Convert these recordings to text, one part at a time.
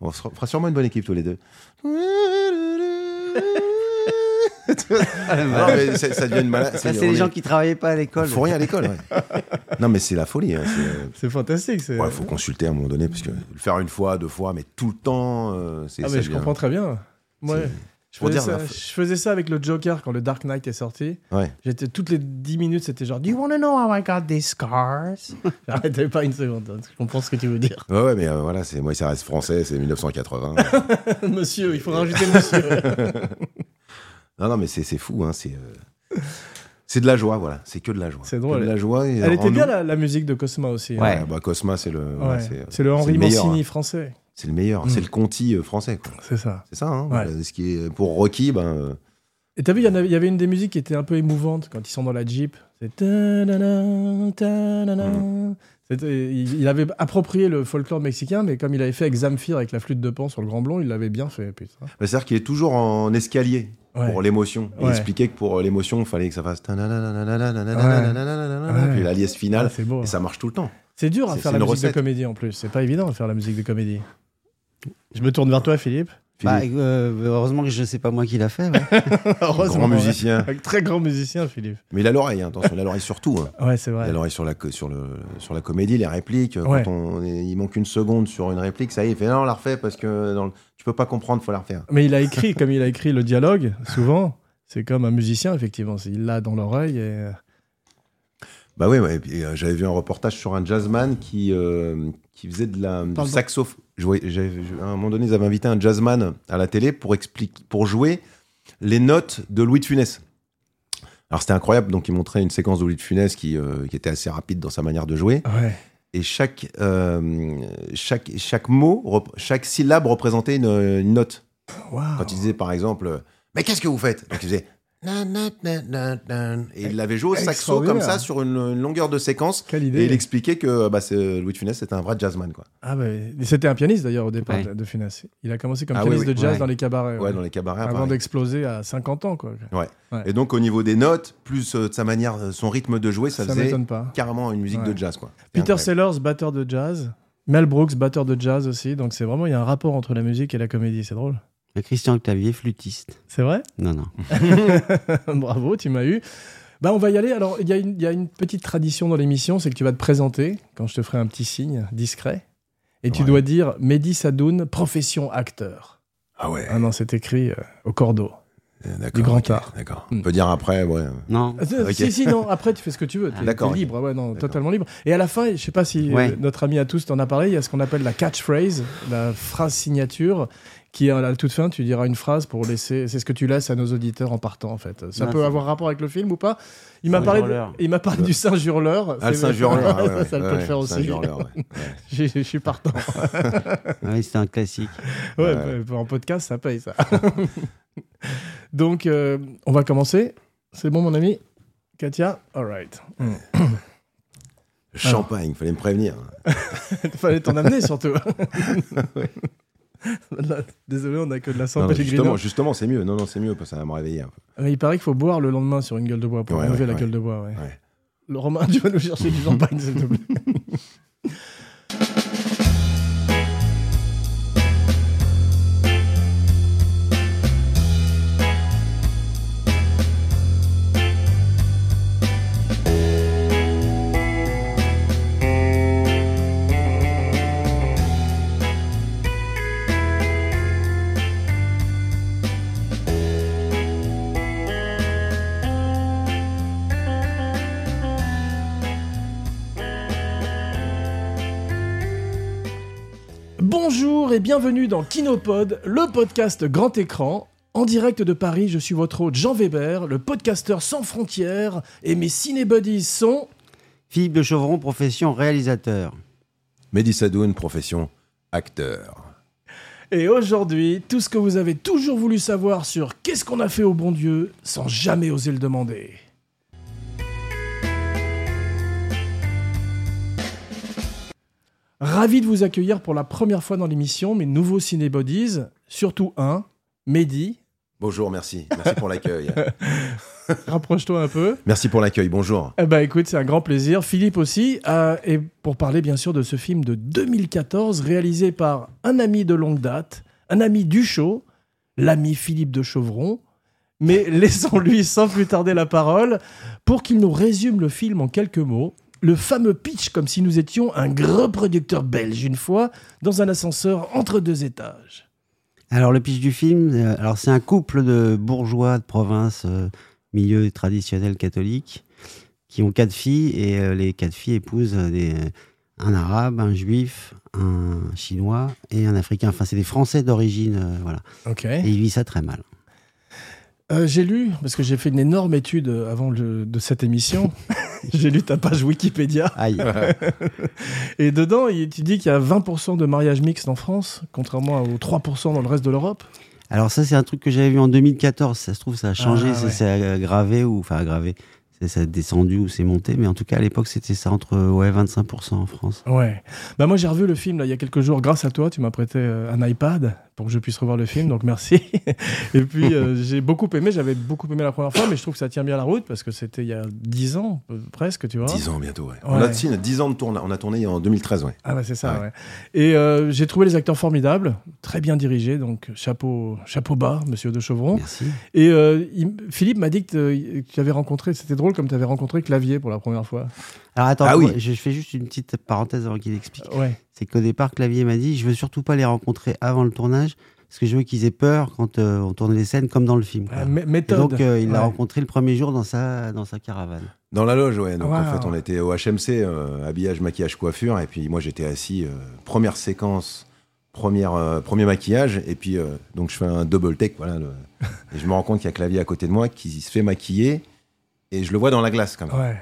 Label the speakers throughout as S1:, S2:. S1: On se fera sûrement une bonne équipe tous les deux. Ah non, mais ça, ça devient une malade.
S2: Ah,
S3: Ça, Ah, c'est les gens qui travaillaient pas à l'école.
S1: font rien à l'école. ouais. non, mais c'est la folie. hein, c'est- euh,
S2: C'est fantastique. c'est-
S1: Ouais, faut consulter à un moment donné parce que le faire une fois, deux fois, mais tout le temps, euh, c'est.
S2: ah,
S1: ça
S2: mais je
S1: devient-
S2: comprends très bien. Moi,
S1: C'est-
S2: je
S1: pour
S2: faisais,
S1: dire,
S2: ça,
S1: la-
S2: je faisais ça avec le Joker quand le Dark Knight est sorti.
S1: Ouais.
S2: J'étais toutes les 10 minutes, c'était genre Do you wanna know how I got these scars J'arrêtais pas une seconde. hein, Je comprends ce que tu veux dire.
S1: Ouais, ouais, mais euh, voilà, c'est moi, ça reste français, c'est 1980.
S2: monsieur, il faut rajouter monsieur.
S1: non, non, mais c'est c'est fou, hein, c'est. euh, C'est de la joie, voilà. C'est que de la joie.
S2: C'est drôle.
S1: Que de la joie. et
S2: Elle était
S1: en
S2: bien
S1: nous-
S2: la, la musique de Cosma aussi. hein.
S3: Ouais.
S1: Ouais, bah Cosma, c'est le.
S2: Ouais.
S1: ouais,
S2: C'est le Henri
S1: meilleur,
S2: Mancini
S1: hein.
S2: français.
S1: C'est le meilleur.
S2: Mm.
S1: C'est le Conti euh, français, quoi.
S2: C'est ça.
S1: C'est ça, hein.
S2: Ouais.
S1: voilà, ce qui est, pour Rocky, ben. euh,
S2: Et t'as vu, il y, en avait- il y avait une des musiques qui était un peu émouvante quand ils sont dans la Jeep. C'est ta-da-da, ta-da-da.
S1: Hmm.
S2: C'était- Il il avait approprié le folklore mexicain, mais comme il avait fait avec Zamfir, avec la flûte de pan sur le Grand Blond, il l'avait bien fait. Putain.
S1: C'est-à-dire qu'il est toujours en escalier
S2: Ouais.
S1: pour l'émotion. Il
S2: Ouais.
S1: expliquait que pour l'émotion, il fallait que ça fasse.
S2: Ouais.
S1: Puis la liesse
S2: Ah,
S1: finale.
S2: c'est beau.
S1: Et ça marche tout le temps.
S2: C'est dur à
S1: c'est-
S2: faire
S1: c'est
S2: la
S1: une
S2: musique de
S1: recette.
S2: comédie en plus. C'est pas évident de faire la musique de comédie. Je me tourne vers toi, Philippe.
S3: Bah,
S1: Philippe,
S3: euh, heureusement que je sais pas moi qui l'a fait. ouais.
S2: Heureusement,
S1: grand
S2: ouais.
S1: musicien.
S2: Un très grand musicien, Philippe. Mais-
S1: Mais il a l'oreille, hein, attention, il a l'oreille sur tout. hein.
S2: Ouais, c'est
S1: Il
S2: vrai.
S1: a l'oreille sur la, co- sur, le, sur la comédie, les répliques. euh,
S2: Ouais.
S1: Quand on, est- il manque une seconde sur une réplique, ça y est, il fait non, on la refait parce que dans le- tu peux pas comprendre, faut la refaire.
S2: Mais il a écrit, comme il a écrit le dialogue, souvent, c'est comme un musicien, effectivement. C'est- Il l'a dans l'oreille. et-
S1: Bah oui, ouais, et puis, euh, j'avais vu un reportage sur un jazzman qui, euh, qui faisait de la
S3: Pardon.
S1: saxophone. à un moment donné, ils avaient invité un jazzman à la télé pour, expliquer, pour jouer les notes de Louis de Funès. Alors c'était incroyable, donc il montrait une séquence de Louis de Funès qui, euh, qui était assez rapide dans sa manière de jouer.
S2: Ouais.
S1: Et chaque, euh, chaque, chaque mot, rep- chaque syllabe représentait une, une note.
S2: Waouh.
S1: Quand il disait par exemple, euh, mais qu'est-ce que vous faites Donc il faisait. Na, na, na, na, na. Et il l'avait joué au saxo comme
S2: Extraordinaire.
S1: ça sur une, une longueur de séquence.
S2: Quelle
S1: Et
S2: idée.
S1: il expliquait que bah, c'est- Louis de Funès c'était un vrai jazzman. Quoi.
S2: Ah bah, c'était un pianiste d'ailleurs au départ
S3: Ouais.
S2: de- de Funès. Il a commencé comme
S1: Ah oui,
S2: pianiste
S1: oui.
S2: de jazz
S3: Ouais.
S2: dans les cabarets.
S1: Ouais,
S2: ouais.
S1: dans les cabarets. à
S2: Avant
S1: Paris.
S2: d'exploser à 50 ans, quoi.
S1: Et donc au niveau des notes, plus euh, de sa manière, euh, son rythme de jouer, ça,
S2: Ça
S1: faisait
S2: m'étonne pas.
S1: carrément une musique
S2: Ouais.
S1: de jazz. Quoi. C'était
S2: Peter
S1: incroyable.
S2: Sellers, batteur de jazz. Mel Brooks, batteur de jazz aussi. Donc c'est vraiment, il y a un rapport entre la musique et la comédie. C'est drôle.
S3: Christian Octavier, flûtiste.
S2: C'est vrai
S3: Non, non.
S2: Mm. Bravo, tu m'as eu. Bah, on va y aller. Alors, il y, a une- il y a une petite tradition dans l'émission, c'est que tu vas te présenter quand je te ferai un petit signe discret. Et tu
S1: Ouais.
S2: dois dire Mehdi Sadoun, profession acteur.
S1: Ah ouais,
S2: Ah non, c'est écrit euh, au cordeau.
S1: euh, d'accord.
S2: Du grand
S1: ok,
S2: art.
S1: D'accord.
S2: Mm.
S1: On peut dire après, ouais.
S3: Non.
S2: Ah,
S1: Ok.
S2: Si, si, non, après tu fais ce que tu veux.
S3: Ah,
S2: T'es
S1: d'accord,
S2: t'es
S1: ok.
S2: libre, ouais, non,
S1: D'accord.
S2: totalement libre. Et à la fin, je sais pas si euh,
S3: Ouais.
S2: notre ami à tous t'en a parlé, il y a ce qu'on appelle la catchphrase, la phrase signature, qui est à la toute fin, tu diras une phrase pour laisser. C'est ce que tu laisses à nos auditeurs en partant, en fait. Ça
S3: Ah,
S2: peut
S3: c'est-
S2: avoir rapport avec le film ou pas Il m'a
S3: Singe
S2: parlé, de-
S3: hurleur.
S2: il m'a parlé du singe hurleur.
S1: Ah, le
S2: C'est-
S1: Saint-Jurleur.
S2: ça, ça peut le faire aussi. Je je suis partant.
S3: Ah Oui, c'est un classique.
S2: Ouais,
S1: Ouais.
S2: bah, en podcast, ça paye ça. Donc, euh, on va commencer. C'est bon, mon ami Katia All right.
S1: Champagne, fallait me prévenir.
S2: Fallait t'en amener surtout. Là, Désolé, on a que de la
S1: Non,
S2: sang
S1: non,
S2: Pellegrino.
S1: justement, justement, c'est mieux. Non, non, c'est mieux parce que ça va me réveiller un peu.
S2: Euh, Il paraît qu'il faut boire le lendemain sur une gueule de bois pour
S1: Ouais,
S2: enlever
S1: ouais,
S2: la
S1: ouais.
S2: gueule de bois. ouais.
S1: Ouais.
S2: Le Romain, tu vas nous chercher du champagne, s'il te plaît. Bonjour et bienvenue dans Kinopod, le podcast grand écran. En direct de Paris, je suis votre hôte Jean Weber, le podcasteur sans frontières, et mes cinébuddies sont.
S3: Philippe de Chauvron, profession réalisateur.
S1: Mehdi Sadoun, profession acteur.
S2: Et aujourd'hui, tout ce que vous avez toujours voulu savoir sur qu'est-ce qu'on a fait au bon Dieu sans jamais oser le demander. Ravi de vous accueillir pour la première fois dans l'émission, mes nouveaux cinébodies, surtout un, Mehdi.
S1: Bonjour, merci. Merci pour l'accueil.
S2: Rapproche-toi un peu.
S1: Merci pour l'accueil, bonjour.
S2: Eh ben écoute, c'est un grand plaisir. Philippe aussi. euh, et pour parler bien sûr de ce film de 2014, réalisé par un ami de longue date, un ami du show, l'ami Philippe de Chevron. Mais laissons-lui sans plus tarder la parole pour qu'il nous résume le film en quelques mots. Le fameux pitch, comme si nous étions un gros producteur belge une fois, dans un ascenseur entre deux étages.
S3: Alors, le pitch du film, euh, alors c'est un couple de bourgeois de province, euh, milieu traditionnel catholique, qui ont quatre filles et euh, les quatre filles épousent euh, des- un arabe, un juif, un chinois et un africain. Enfin, c'est des Français d'origine, euh, voilà.
S2: Ok.
S3: Et ils vivent ça très mal.
S2: Euh, j'ai lu, parce que j'ai fait une énorme étude euh, avant le- de cette émission, j'ai lu ta page Wikipédia,
S3: Aïe.
S2: et dedans, il- tu dis qu'il y a 20% de mariages mixtes en France, contrairement aux 3% dans le reste de l'Europe.
S3: Alors ça, c'est un truc que j'avais vu en 2014. Ça se trouve, ça a changé,
S2: Ah,
S3: ça
S2: ouais.
S3: s'est aggravé ou enfin aggravé. Ça ça a descendu ou c'est monté, mais en tout cas à l'époque c'était ça entre ouais 25% en France.
S2: Ouais. Bah moi j'ai revu le film là, il y a quelques jours grâce à toi, tu m'as prêté euh, un iPad pour que je puisse revoir le film, donc merci. et puis euh, j'ai beaucoup aimé, j'avais beaucoup aimé la première fois, mais je trouve que ça tient bien la route parce que c'était il y a 10 ans euh, presque, tu vois.
S1: 10 ans bientôt, ouais. On a
S2: Ouais.
S1: si, on a 10 ans de tournage. On a tourné en 2013, ouais.
S2: Ah bah c'est ça,
S1: Ouais.
S2: ouais. Et euh, j'ai trouvé les acteurs formidables, très bien dirigés, donc chapeau, chapeau bas, monsieur de Chevron.
S3: Merci.
S2: Et euh, il- Philippe m'a dit que tu avais rencontré, c'était drôle comme tu avais rencontré Clavier pour la première fois.
S3: Alors attends,
S1: Ah oui.
S3: je fais juste une petite parenthèse avant qu'il explique.
S2: Ouais.
S3: C'est qu'au départ, Clavier m'a dit, je veux surtout pas les rencontrer avant le tournage parce que je veux qu'ils aient peur quand euh, on tourne les scènes comme dans le film. quoi.
S2: Euh, mé-
S3: Et
S2: méthode.
S3: donc euh, il l'a
S2: Ouais.
S3: rencontré le premier jour dans sa dans sa caravane.
S1: Dans la loge, ouais. Donc en
S2: Wow.
S1: fait, on était au HMC, euh, habillage, maquillage, coiffure. Et puis moi, j'étais assis, euh, première séquence, première, euh, premier maquillage. Et puis, euh, donc je fais un double take, voilà. le- et je me rends compte qu'il y a Clavier à côté de moi qui se fait maquiller. Et je le vois dans la glace, quand même.
S2: Ouais.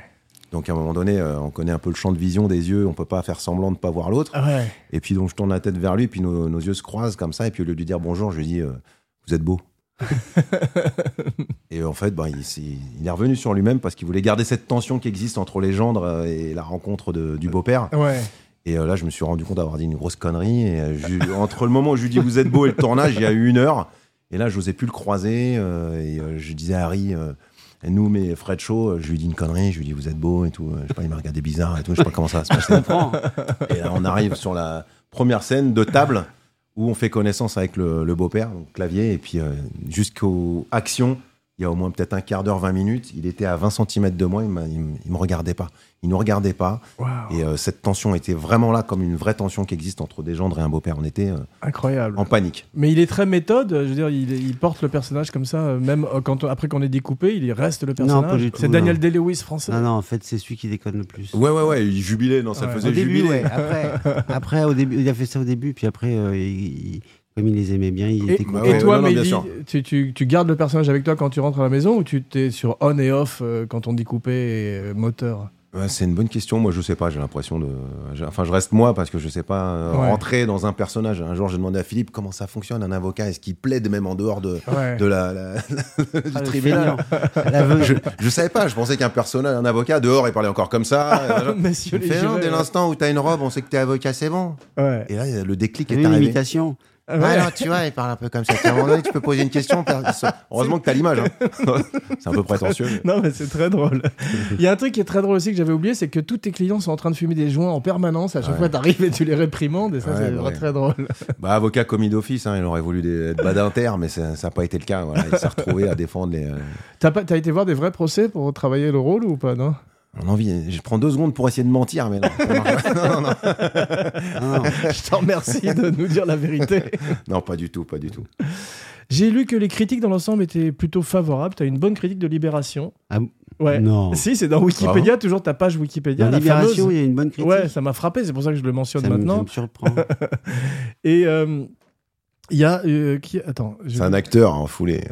S1: Donc à un moment donné, euh, on connaît un peu le champ de vision des yeux. On peut pas faire semblant de pas voir l'autre.
S2: Ouais.
S1: Et puis donc je tourne la tête vers lui, puis nos, nos yeux se croisent comme ça, et puis au lieu de lui dire bonjour, je lui dis euh, vous êtes beau. et en fait, ben, il, s'est- il est revenu sur lui-même parce qu'il voulait garder cette tension qui existe entre les gendres euh, et la rencontre de- du beau-père.
S2: Ouais.
S1: Et euh, là, je me suis rendu compte d'avoir dit une grosse connerie. Et euh, je- entre le moment où je lui dis vous êtes beau et le tournage, il y a eu une heure. Et là, j'osais plus le croiser. euh, et euh, je disais à Harry, euh, nous, mais Fred Shaw, euh, je lui dis une connerie. Je lui dis vous êtes beau et tout. euh, Je sais pas, il m'a regardé bizarre et tout. Je sais pas comment ça va se passer.
S3: Prends.
S1: Et là, on arrive sur la première scène de table où on fait connaissance avec le, le beau-père, donc clavier, et puis euh, jusqu'aux actions. Il y a au moins peut-être un quart d'heure, 20 minutes. Il était à 20 cm de moi, il m'a- il me- il me regardait pas. Il nous regardait pas.
S2: Waouh.
S1: Et euh, cette tension était vraiment là, comme une vraie tension qui existe entre des gendres et un beau-père. On était euh,
S2: Incroyable.
S1: en panique.
S2: Mais il est très méthode, je veux dire, il, il porte le personnage comme ça, euh, même euh, quand, après qu'on ait découpé, il y reste le personnage.
S3: pas du tout,
S2: C'est
S3: non.
S2: Daniel Day-Lewis français.
S3: Non non, en fait c'est celui qui déconne le plus.
S1: Ouais, ouais, ouais, il jubilait. Non,
S2: ça
S1: ça
S2: le Ouais. faisait
S1: faisait
S3: Au début,
S1: jubiler.
S3: ouais. Après, après, au début, il a fait ça au début, puis après, euh, il- il- comme il les aimait bien, il
S2: Et,
S3: était content.
S1: Bah ouais,
S2: et toi,
S1: non, non, bien
S2: Mehdi,
S1: sûr.
S2: tu, tu- tu gardes le personnage avec toi quand tu rentres à la maison ou tu t'es sur on et off euh, quand on découpait et, euh, moteur
S1: Ouais, c'est une bonne question. Moi, je sais pas. J'ai l'impression de. j'ai- Enfin, je reste moi parce que je sais pas euh,
S2: Ouais.
S1: rentrer dans un personnage. Un jour, j'ai demandé à Philippe comment ça fonctionne un avocat. Est-ce qu'il plaide même en dehors de,
S2: Ouais.
S1: de la, la- du
S3: Ah, le
S1: tribunal
S3: feignant. L'aveugle.
S1: je, je savais pas. Je pensais qu'un personnage, un avocat dehors, il parlait encore comme ça. Euh,
S2: Messieurs
S1: Il
S2: les
S1: fait, non,
S2: jurés,
S1: dès
S2: ouais.
S1: l'instant où t'as une robe, on sait que t'es avocat, c'est bon.
S2: Ouais.
S1: Et là, le déclic
S3: T'as
S1: est
S3: vu
S1: arrivé.
S3: l'imitation
S2: Ah ouais.
S1: alors, tu vois, il parle un peu comme ça. À un moment donné, tu peux poser une question. per- Heureusement que t'as l'image. hein. c'est un peu prétentieux. mais-
S2: Non, mais c'est très drôle. Il y a un truc qui est très drôle aussi que j'avais oublié, c'est que tous tes clients sont en train de fumer des joints en permanence. À chaque
S1: Ouais.
S2: fois, t'arrives et tu les réprimandes, et ça,
S1: Ouais,
S2: c'est
S1: bah
S2: vraiment
S1: ouais.
S2: très drôle.
S1: Bah, avocat commis d'office, hein, il aurait voulu des- être badinter, mais ça n'a pas été le cas. voilà. Il s'est retrouvé à défendre les. euh,
S2: T'as pas- t'as été voir des vrais procès pour travailler le rôle ou pas, non
S1: On a envie. Je prends deux secondes pour essayer de mentir, mais non. ça marche pas. non, non, non.
S3: Non, non.
S2: Je te remercie de nous dire la vérité.
S1: Non, pas du tout, pas du tout.
S2: J'ai lu que les critiques dans l'ensemble étaient plutôt favorables. T'as une bonne critique de Libération.
S3: Ah bon
S2: Ouais.
S3: Non.
S2: Si, c'est dans Wikipédia, toujours ta page Wikipédia.
S3: Dans
S2: la
S3: Libération,
S2: fameuse.
S3: il y a une bonne critique.
S2: Ouais, ça m'a frappé, c'est pour ça que je le mentionne
S3: ça, me, ça
S2: maintenant.
S3: me surprend.
S2: Et euh, il y a. euh, qui... Attends. je-
S1: C'est un acteur hein, en foulée.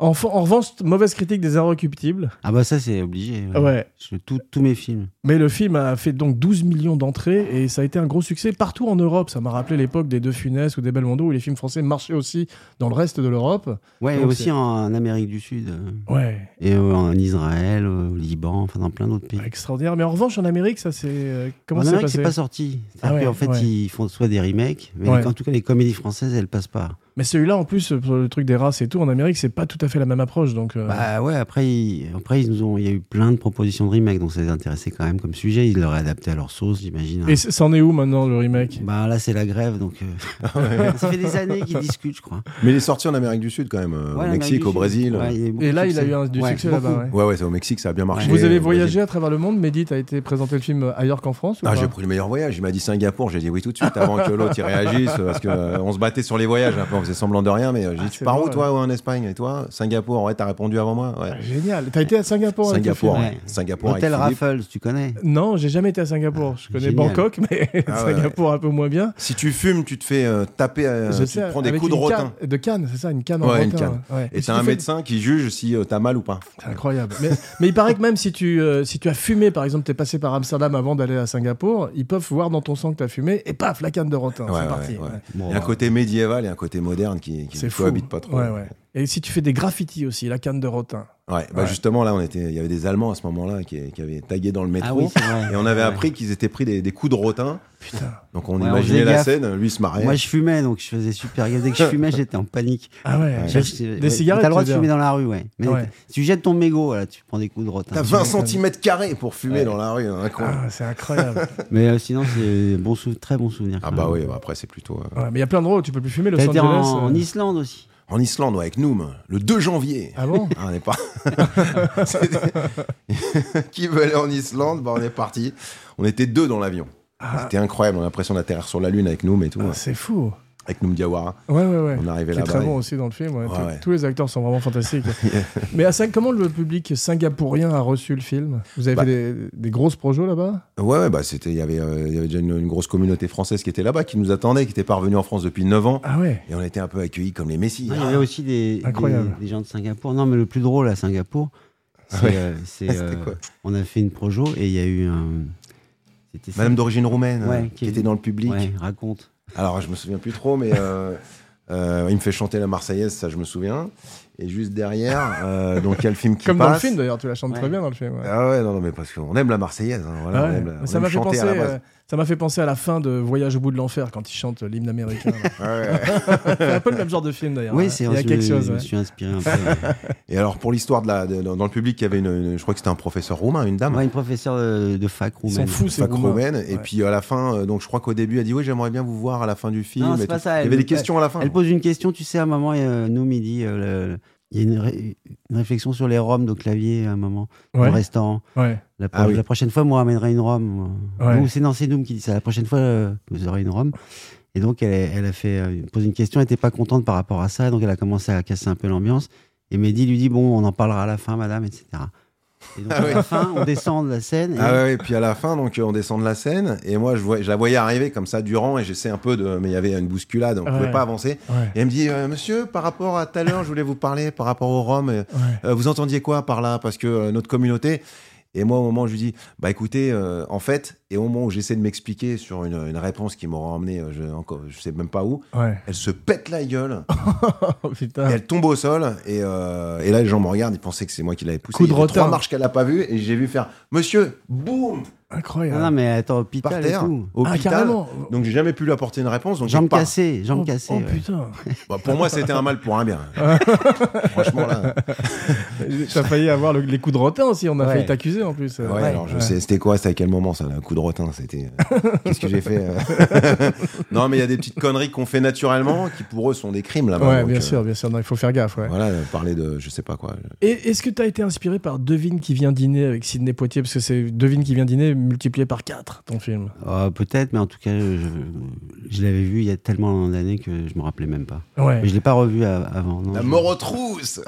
S2: En, fa- en revanche, mauvaise critique des Inrecuptibles.
S3: Ah bah ça, c'est obligé. ouais.
S2: Ouais.
S3: Je- tout- tous mes films.
S2: Mais le film a fait donc 12 millions d'entrées et ça a été un gros succès partout en Europe. Ça m'a rappelé l'époque des Deux Funès ou des Belmondo où les films français marchaient aussi dans le reste de l'Europe.
S3: Ouais, et
S2: Donc, c'est-
S3: aussi en, en Amérique du Sud, euh,
S2: Ouais.
S3: et euh, en Israël, euh, au Liban, enfin dans plein d'autres pays.
S2: Extraordinaire. Mais en revanche, en Amérique, ça c'est. euh, Comment
S3: en
S2: ça s'est
S3: Amérique,
S2: passé
S3: c'est pas sorti.
S2: Ah ouais,
S3: en fait,
S2: ouais.
S3: ils font soit des remakes, mais
S2: Ouais.
S3: en tout cas, les comédies françaises, elles passent pas.
S2: Mais celui-là, en plus, pour le truc des races et tout, en Amérique, c'est pas tout à fait la même approche. Donc, euh,
S3: Bah ouais, après, ils- après ils nous ont, il y a eu plein de propositions de remake, donc ça les intéressait quand même comme sujet. Ils l'auraient adapté à leur sauce, j'imagine. hein.
S2: Et c- c'en est où maintenant le remake
S3: Bah là, c'est la grève, donc euh,
S1: Ah
S3: ça fait des années qu'ils discutent, je crois.
S1: Mais il est sorti en Amérique du Sud quand même, euh,
S3: Ouais,
S1: au
S3: l'Amérique
S1: Euh, Mexique,
S3: du
S1: au
S3: Sud.
S1: Brésil. euh.
S3: Ouais,
S1: Ouais,
S3: y a beaucoup
S2: Et là,
S3: de
S2: il a
S3: succès.
S2: eu un- du
S3: Ouais,
S2: succès là-bas.
S3: beaucoup.
S2: ouais.
S1: ouais, c'est au Mexique, ça a bien marché.
S2: Vous avez
S1: au Brésil.
S2: voyagé à travers le monde, Mehdi, t'as été présenter le film ailleurs qu'en France ou
S1: Ah,
S2: pas
S1: j'ai pris le meilleur voyage. Il m'a dit Singapour. J'ai dit oui tout de suite avant que l'autre il réagisse parce que euh, on se battait sur les voyages. Un peu, on faisait semblant de rien, mais euh, j'ai
S2: Ah,
S1: dit
S2: c'est
S1: tu pars où
S2: drôle.
S1: toi ouais, en Espagne et toi Singapour. Ouais, t'as répondu avant moi. Ouais.
S2: Génial. T'as été à Singapour avec le
S1: Singapour,
S2: film
S1: ouais.
S3: Ouais.
S1: Singapour. avec
S3: L'hôtel
S1: Philippe.
S3: Raffles, tu connais
S2: Non, j'ai jamais été à Singapour. Je connais
S3: génial.
S2: Bangkok, mais
S1: Ah ouais.
S2: Singapour un peu moins bien.
S1: Si tu fumes, tu te fais euh, taper, euh,
S2: Je
S1: tu
S2: sais,
S1: te prends des
S2: avec
S1: coups de
S2: une
S1: rotin.
S2: canne- de canne, c'est ça, une canne en
S1: Ouais,
S2: rotin.
S1: une canne.
S2: ouais.
S1: Et
S2: si
S1: t'as
S2: tu
S1: un
S2: fais-
S1: médecin qui juge si euh, t'as mal ou pas.
S2: C'est incroyable. Mais, mais il paraît que même si tu, euh, si tu as fumé, par exemple, t'es passé par Amsterdam avant d'aller à Singapour, ils peuvent voir dans ton sang que t'as fumé et paf, la canne de rotin.
S1: Ouais,
S2: c'est
S1: ouais,
S2: parti.
S1: ouais.
S2: ouais.
S1: Il y
S3: ah
S1: a un côté médiéval et un côté moderne qui, qui
S2: C'est fou.
S1: cohabitent pas trop.
S2: Ouais, ouais. Et si tu fais des graffitis aussi, la canne de rotin.
S1: Ouais, bah
S2: Ouais.
S1: justement là, on était, il y avait des Allemands à ce moment-là qui, qui avaient tagué dans le métro.
S3: Ah oui, c'est vrai.
S1: Et on avait
S3: Ouais.
S1: appris qu'ils étaient pris des, des coups de rotin.
S2: Putain.
S1: Donc on
S3: Ouais, on
S1: imaginait
S3: faisait
S1: la
S3: gaffe.
S1: scène, lui se mariait.
S3: Moi, je fumais, donc je faisais super gaffe. Dès que je fumais, j'étais en panique.
S2: Ah ouais.
S1: Ouais.
S3: Je- je- ouais,
S2: cigarettes,
S3: T'as le droit
S2: tu
S3: de
S2: veux
S3: fumer
S2: dire.
S3: dans la rue, ouais. Mais
S2: Ouais.
S3: si tu jettes ton mégot, voilà, tu prends des coups de hein. rotin.
S1: T'as 20
S2: m'étonnes.
S1: cm carrés pour fumer
S3: Ouais.
S1: dans la rue, hein, dans un coin.
S2: Ah, c'est incroyable.
S3: Mais euh, sinon, c'est bon sou- très bon souvenir.
S1: Ah
S3: quand
S1: bah
S3: même.
S1: oui, bah après c'est plutôt... euh,
S2: Ouais, mais il y a plein d'endroits où tu peux plus fumer. Los
S3: T'as été
S2: Angeles.
S3: en, en
S2: euh,
S3: Islande aussi.
S1: En Islande, ouais, avec Noom, le 2 janvier.
S2: Ah bon
S1: Ah, on n'est pas... C'était- Qui veut aller en Islande bah, On est parti. On était deux dans l'avion.
S2: Ah,
S1: C'était incroyable, on a l'impression d'atterrir sur la Lune avec Noom et tout.
S2: ah, C'est fou.
S1: Avec Noom Diawara.
S3: Ah,
S2: Ouais, ouais, ouais.
S1: On est arrivé
S2: Qui est
S1: là-bas.
S2: très
S1: et-
S2: bon aussi dans le film. ouais.
S1: Ouais,
S2: Tous-
S1: ouais.
S2: Tous les acteurs sont vraiment fantastiques. Mais à Sing- comment le public singapourien a reçu le film Vous avez
S1: Bah-
S2: fait des, des grosses projets là-bas
S1: Ouais, ouais, bah c'était, il y avait, euh, il y avait déjà une, une grosse communauté française qui était là-bas, qui nous attendait, qui était pas revenue en France depuis 9 ans,
S2: Ah ouais.
S1: et on était un peu accueillis comme les messies.
S3: Ah, il y avait aussi des,
S2: Incroyable.
S3: des- des gens de Singapour. Non, mais le plus drôle à Singapour, c'est. euh, c'est, euh,
S1: quoi
S3: on a fait une projo et il y a eu un. C'était ça.
S1: Madame d'origine roumaine,
S3: Ouais,
S1: euh, qui
S3: qui-
S1: était dans le public.
S3: Ouais, raconte.
S1: Alors, je me souviens plus trop, mais euh, euh, il me fait chanter la Marseillaise, ça je me souviens. Et juste derrière, euh, donc il y a le film qui
S2: Comme dans le
S1: passe.
S2: film d'ailleurs, tu la chantes très
S3: Ouais.
S2: bien dans le film. ouais.
S1: Ah ouais, non, non, mais parce qu'on aime la Marseillaise. hein, voilà,
S2: Ah ouais.
S1: on aime la-
S2: Mais
S1: on
S2: ça
S1: aime
S2: m'a fait
S1: chanter
S2: penser,
S1: à la
S2: euh, ça m'a fait penser à la fin de Voyage au bout de l'enfer quand ils chantent l'hymne américain. là.
S1: base. Ouais.
S2: c'est un peu le même genre de film d'ailleurs.
S3: oui,
S2: ouais.
S3: c'est
S2: il y a
S3: je-
S2: quelque chose.
S3: Je me
S2: ouais.
S3: suis inspiré un peu.
S1: Et alors, pour l'histoire, de la, de- dans dans le public, il y avait une, une- je crois que c'était un professeur roumain, une dame.
S3: Moi, une professeure de, de fac
S2: Ils
S3: roumaine.
S2: sont fous ces
S1: fac
S2: Roumains.
S1: roumaine. Et
S2: Ouais.
S1: puis à la fin, euh, donc je crois qu'au début, elle dit Oui, j'aimerais bien vous voir à la fin du film.
S3: Non, c'est
S1: et
S3: pas
S1: tout.
S3: ça,
S1: Il y
S3: elle-
S1: avait des questions à
S2: hein.
S1: la fin.
S3: Elle pose une question, tu sais, à un moment, il y a nous, midi, euh, le- il y a une, ré- une réflexion sur les roms de clavier à un moment,
S2: Ouais,
S3: au restaurant.
S2: ouais.
S3: La, pro-
S1: Ah oui.
S3: la prochaine fois, moi, ramènerai une rome. moi.
S2: Ouais.
S3: Ou c'est non, c'est Doom qui dit ça. La prochaine fois, euh, vous aurez une rome. Et donc, elle, elle a fait euh, posé une question, elle n'était pas contente par rapport à ça, donc elle a commencé à casser un peu l'ambiance. Et Mehdi lui dit Bon, on en parlera à la fin, madame, etc. Et donc,
S1: Ah
S3: à
S1: oui.
S3: la fin, on descend de la scène. Et
S1: Ah ouais, et puis à la fin, donc euh, on descend de la scène, et moi je, vois, je la voyais arriver comme ça durant, et j'essaie un peu de. Mais il y avait une bousculade, on
S2: Ouais.
S1: pouvait pas avancer.
S2: ouais,
S1: Et elle me dit euh, Monsieur, par rapport à tout à l'heure, je voulais vous parler par rapport au Rhum, euh,
S2: ouais.
S1: euh, vous entendiez quoi par là Parce que euh, notre communauté. Et moi, au moment où je lui dis, bah écoutez, euh, en fait, et au moment où j'essaie de m'expliquer sur une, une réponse qui m'aura emmené, euh, je, encore, je sais même pas où,
S2: ouais.
S1: elle se pète la gueule.
S2: Oh
S1: Et
S2: putain.
S1: elle tombe au sol et, euh, et là les gens me regardent, ils pensaient que c'est moi qui l'avais poussé.
S2: Coup de
S1: Il y avait
S2: rotin.
S1: trois marches qu'elle a pas vu et j'ai vu faire Monsieur, boum,
S3: Non, non,
S2: Incroyable.
S3: mais attends,
S1: par
S3: hôpital et
S1: terre,
S3: tout.
S2: Ah,
S1: hôpital.
S2: carrément.
S1: donc j'ai jamais pu lui apporter une réponse. Donc
S3: Jambes
S1: j'ai pas-
S3: cassées, jambes
S2: Oh,
S3: cassées.
S2: oh,
S3: ouais.
S2: putain.
S1: Bah, pour moi c'était un mal pour un bien. Franchement là.
S2: T'as failli avoir le- les coups de rotin aussi, on a
S3: Ouais.
S2: failli t'accuser en plus.
S1: Ouais,
S2: Euh, Ouais,
S1: alors je
S2: ouais.
S1: sais, c'était quoi, c'était à quel moment ça, un coup de rotin, c'était. Qu'est-ce que j'ai fait euh Non mais il y a des petites conneries qu'on fait naturellement qui pour eux sont des crimes là-bas.
S2: Ouais,
S1: donc,
S2: bien
S1: euh,
S2: sûr, bien sûr, non, il faut faire gaffe. Ouais.
S1: Voilà, euh, parler de je sais pas quoi. euh,
S2: Et est-ce que t'as été inspiré par Devine qui vient dîner avec Sidney Poitier Parce que c'est Devine qui vient dîner multiplié par 4, ton film.
S3: Euh, Peut-être, mais en tout cas, je, je l'avais vu il y a tellement d'années que je me rappelais même pas.
S2: Ouais.
S3: Mais je l'ai pas revu a- avant. non,
S1: La
S3: je-
S1: mort aux trousses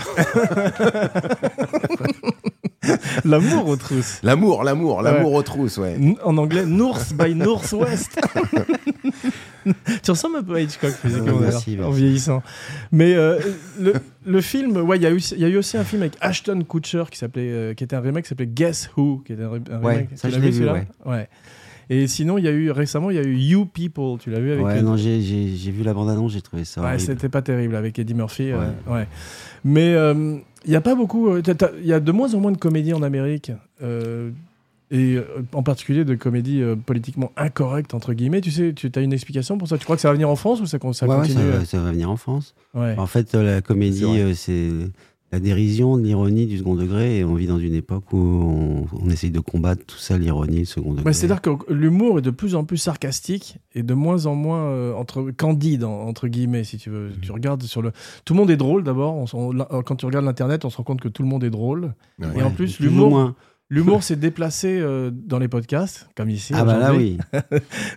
S2: L'amour aux trousses.
S1: L'amour, l'amour,
S2: Ouais.
S1: l'amour aux trousses, ouais.
S2: N- En anglais, North by Northwest. tu ressembles un peu à Hitchcock physiquement,
S3: Ouais,
S2: d'ailleurs,
S3: Ah, merci,
S2: en
S3: merci.
S2: vieillissant. Mais euh, le, le film, ouais, il y, a eu- il y a eu aussi un film avec Ashton Kutcher qui s'appelait, euh, qui était un remake, qui s'appelait Guess Who, qui était un, re- un
S3: Ouais,
S2: remake.
S3: ça,
S2: Tu
S3: je
S2: l'as
S3: l'ai vu,
S2: celui-là
S3: ouais.
S2: Ouais. Et sinon, il y a eu récemment, il y a eu You People. Tu l'as vu avec
S3: Ouais,
S2: euh,
S3: non, j'ai- j'ai j'ai vu la bande-annonce, j'ai trouvé ça.
S2: Ouais,
S3: horrible.
S2: c'était pas terrible avec Eddie Murphy. euh, Ouais. euh, Mais il n'y y a pas beaucoup. Il y a de moins en moins de comédies en Amérique. Euh, et euh, en particulier de comédies euh, politiquement incorrectes, entre guillemets. Tu sais, tu as une explication pour ça Tu crois que ça va venir en France ou ça, ça
S3: Ouais, ouais,
S2: continue
S3: ça,
S2: euh,
S3: va- ça va venir en France.
S2: ouais.
S3: En fait, euh, la comédie,
S1: C'est vrai.
S3: euh, c'est la dérision, l'ironie du second degré. Et on vit dans une époque où on, on essaye de combattre tout ça, l'ironie, le second degré.
S2: Bah, C'est-à-dire que l'humour est de plus en plus sarcastique et de moins en moins euh, entre, candide, en- entre guillemets, si tu veux.
S3: Mm-hmm.
S2: Tu regardes sur le... Tout le monde est drôle d'abord. On s'en- on- Quand tu regardes l'Internet, on se rend compte que tout le monde est drôle.
S1: Ouais.
S2: Et en plus,
S3: plus ou
S2: l'humour-
S3: moins.
S2: L'humour s'est déplacé euh, dans les podcasts, comme ici.
S3: Ah bah là,
S2: aujourd'hui.
S3: oui.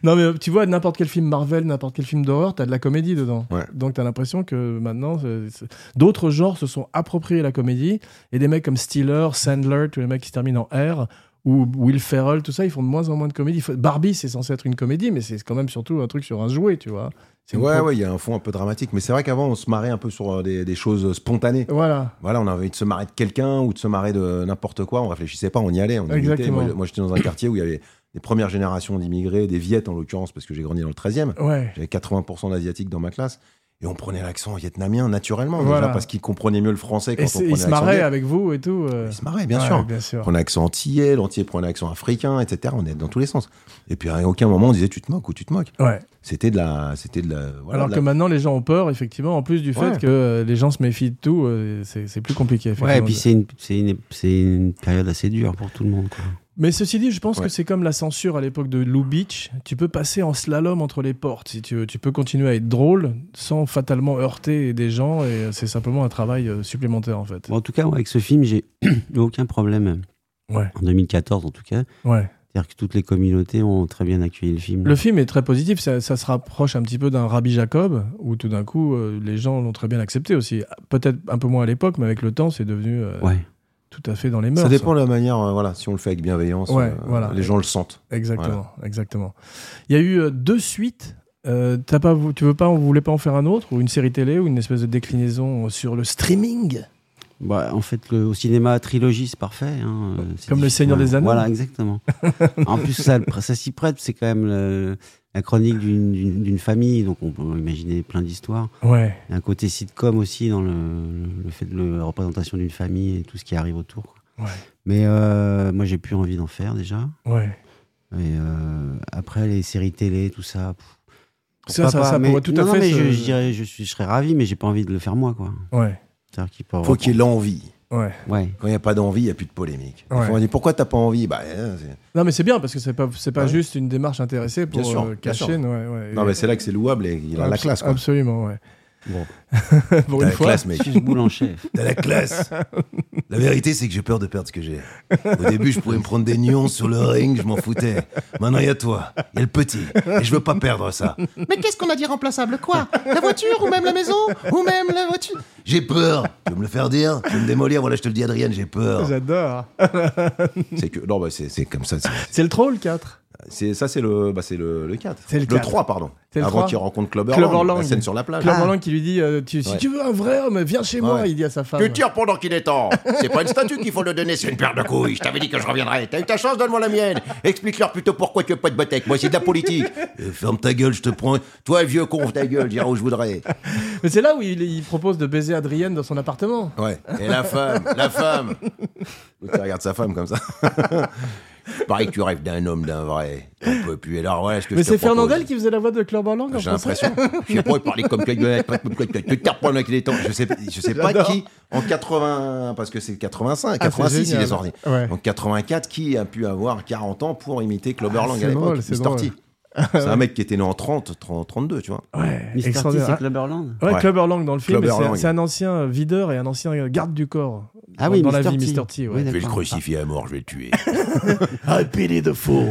S2: Non, mais euh, tu vois, n'importe quel film Marvel, n'importe quel film d'horreur, t'as de la comédie dedans.
S1: Ouais.
S2: Donc t'as l'impression que maintenant, c'est- c'est- d'autres genres se sont appropriés la comédie. Et des mecs comme Stiller, Sandler, tous les mecs qui se terminent en R, ou Will Ferrell, tout ça, ils font de moins en moins de comédie. Faut- Barbie, c'est censé être une comédie, mais c'est quand même surtout un truc sur un jouet, tu vois. C'est une
S1: Ouais,
S2: pro-
S1: ouais, il y a un fond un peu dramatique. Mais c'est vrai qu'avant, on se marrait un peu sur euh, des, des choses spontanées.
S2: Voilà.
S1: Voilà, on avait envie de se marrer de quelqu'un ou de se marrer de n'importe quoi. On réfléchissait pas, on y allait. On imitait.
S2: Exactement.
S1: Moi, je- moi, j'étais dans un quartier où il y avait des premières générations d'immigrés, des Viettes en l'occurrence, parce que j'ai grandi dans le 13e.
S2: Ouais.
S1: J'avais 80% d'asiatiques dans ma classe. Et on prenait l'accent vietnamien naturellement, déjà,
S2: Voilà.
S1: parce qu'ils comprenaient mieux le français quand
S2: Et
S1: on
S2: c'est-
S1: prenait
S2: ils se
S1: l'accent
S2: marraient
S1: viet.
S2: avec vous et tout. euh.
S1: Ils se marraient, bien
S2: Ouais,
S1: sûr.
S2: Bien sûr.
S1: Prendre l'accent antillais, l'antillais prend l'accent africain, etc. On est dans tous les sens. Et puis à aucun moment on disait tu te moques ou tu te moques.
S2: Ouais.
S1: C'était de la, c'était de la. voilà,
S2: Alors
S1: de
S2: que
S1: la-
S2: maintenant, les gens ont peur, effectivement, en plus du
S1: Ouais.
S2: fait que euh, les gens se méfient de tout, euh, c'est c'est plus compliqué.
S3: Ouais, et
S2: effectivement.
S3: puis c'est une, c'est une, c'est une période assez dure pour tout le monde. Quoi.
S2: Mais ceci dit, je pense
S1: Ouais.
S2: que c'est comme la censure à l'époque de Lou Beach. Tu peux passer en slalom entre les portes, si tu veux. Tu peux continuer à être drôle sans fatalement heurter des gens, et euh, c'est simplement un travail euh, supplémentaire, en fait.
S3: Bon, en tout cas, moi, avec ce film, j'ai eu aucun problème.
S2: Ouais.
S3: En 2014, en tout cas.
S2: Ouais.
S3: C'est-à-dire que toutes les communautés ont très bien accueilli le film.
S2: Le film est très positif, ça, ça se rapproche un petit peu d'un Rabbi Jacob, où tout d'un coup, euh, les gens l'ont très bien accepté aussi. Peut-être un peu moins à l'époque, mais avec le temps, c'est devenu euh,
S3: Ouais.
S2: tout à fait dans les mœurs.
S1: ça dépend de la manière. euh, voilà, si on le fait avec bienveillance,
S2: Ouais,
S1: euh,
S2: voilà.
S1: les gens le sentent.
S2: Exactement, exactement. Il y a eu euh, deux suites. Euh, t'as pas, vou- tu veux pas, on voulait pas en faire un autre ou une série télé ou une espèce de déclinaison euh, sur le streaming.
S3: Bah, en fait, le, au cinéma, trilogie, c'est parfait. hein, euh, c'est
S2: Comme Le
S3: difficile,
S2: Seigneur des
S3: hein.
S2: Anneaux.
S3: Voilà, exactement. en plus, ça, le- ça s'y prête. C'est quand même le- la chronique d'une- d'une d'une famille. Donc, on peut imaginer plein d'histoires.
S2: Ouais.
S3: Il y a un côté sitcom aussi dans le, le- le fait de le- la représentation d'une famille et tout ce qui arrive autour. quoi.
S2: Ouais.
S3: Mais euh, moi, j'ai plus envie d'en faire déjà.
S2: Ouais.
S3: Et euh, après, les séries télé, tout ça. pff,
S2: Ça,
S3: pourquoi
S2: ça-
S3: pas,
S2: ça
S3: mais-
S2: pourrait tout à
S3: non, non,
S2: fait
S3: mais
S2: se-
S3: je, je dirais- je suis, je serais ravi, mais j'ai pas envie de le faire moi, quoi.
S2: Ouais.
S3: C'est-à-dire qu'il peut-
S1: Faut qu'il y ait l'envie.
S2: Ouais.
S3: Ouais.
S1: Quand il n'y a pas d'envie, il n'y a plus de polémique. Des
S2: Ouais.
S1: fois, on dit pourquoi t'as pas envie Bah, euh, c'est-
S2: Non mais c'est bien parce que c'est pas c'est pas
S1: Ouais.
S2: juste une démarche intéressée pour
S1: Bien sûr,
S2: euh,
S1: bien
S2: cacher.
S1: sûr.
S2: ouais, ouais.
S1: non,
S2: Et-
S1: mais c'est là que c'est louable et il a la
S2: Abs-
S1: classe. Quoi.
S2: Absolument. Ouais.
S3: Bon.
S1: T'as
S2: pour une
S1: la
S2: fois.
S1: classe, mec.
S3: Suce boule en chef.
S1: T'as la classe. La vérité, c'est que j'ai peur de perdre ce que j'ai. Au début, je pouvais me prendre des nuances sur le ring, je m'en foutais. Maintenant, il y a toi, il y a le petit, et je veux pas perdre ça. Mais qu'est-ce qu'on a d'irremplaçable Quoi La voiture, ou même la maison, ou même la voiture J'ai peur. Tu veux me le faire dire Tu veux me démolir Voilà, je te le dis, Adrienne, j'ai peur.
S2: J'adore.
S1: C'est que non, bah, c'est c'est comme ça. c'est-
S2: C'est le troll 4.
S1: C'est ça, c'est le, bah, c'est le, le 4.
S2: C'est le 4.
S1: 3, pardon.
S2: C'est le
S1: Avant
S2: 3.
S1: qu'il rencontre Cloverland,
S2: Cloverland.
S1: la scène sur la plage. Ah.
S2: Claire Morland qui lui dit euh, tu- si
S1: Ouais.
S2: tu veux un vrai homme viens chez moi
S1: Ouais.
S2: il dit à sa femme.
S4: Tu tires pendant qu'il est temps. C'est pas une statue qu'il faut le donner, c'est une paire de couilles. Je t'avais dit que je reviendrais. T'as eu ta chance, donne-moi la mienne. Explique-leur plutôt pourquoi tu veux pas de botec. Moi, c'est de la politique.
S1: Euh, ferme ta gueule, je te prends.
S4: Toi, vieux con, ta gueule, j'irai où je voudrais.
S2: Mais c'est là où il, il propose de baiser Adrienne dans son appartement.
S1: Ouais. Et la femme, la femme. L'autre, il regarde sa femme comme ça.
S4: Pareil que tu rêves d'un homme, d'un vrai. On peut plus. Alors, voilà ce que
S2: Mais
S4: je te
S2: c'est
S4: propose.
S2: Fernandel qui faisait la voix de Claire Morland en
S1: J'ai
S2: français.
S1: l'impression.
S4: Je sais pas, il parlait comme quelqu'un. Tu tires pendant qu'il est temps.
S1: Je sais, je sais pas
S2: J'adore.
S1: qui, en 80, parce que c'est 85,
S2: Ah, c'est
S1: 86, il
S2: génial.
S1: est sorti.
S2: Ouais.
S1: En 84, qui a pu avoir 40 ans pour imiter Cloverland
S2: Ah, c'est
S1: à
S2: drôle,
S1: l'époque
S2: c'est
S1: Mr.
S2: drôle.
S1: T. C'est un mec qui était né en 30, 30 32, tu vois.
S2: Ouais,
S3: Mr. T,
S2: extraordinaire.
S3: c'est Clubberland
S2: Ouais,
S1: Ouais.
S2: Clubber Lang dans le film, mais
S1: Clubber
S2: c'est
S1: Lang.
S2: c'est un ancien videur et un ancien garde du corps.
S3: Ah
S2: dans,
S3: oui,
S2: dans la
S3: Mr.
S2: vie,
S3: T.
S2: Mr. T. ouais.
S3: Oui,
S4: Je vais le
S3: D'accord.
S4: crucifier à mort, je vais le tuer.
S2: I pity the fool.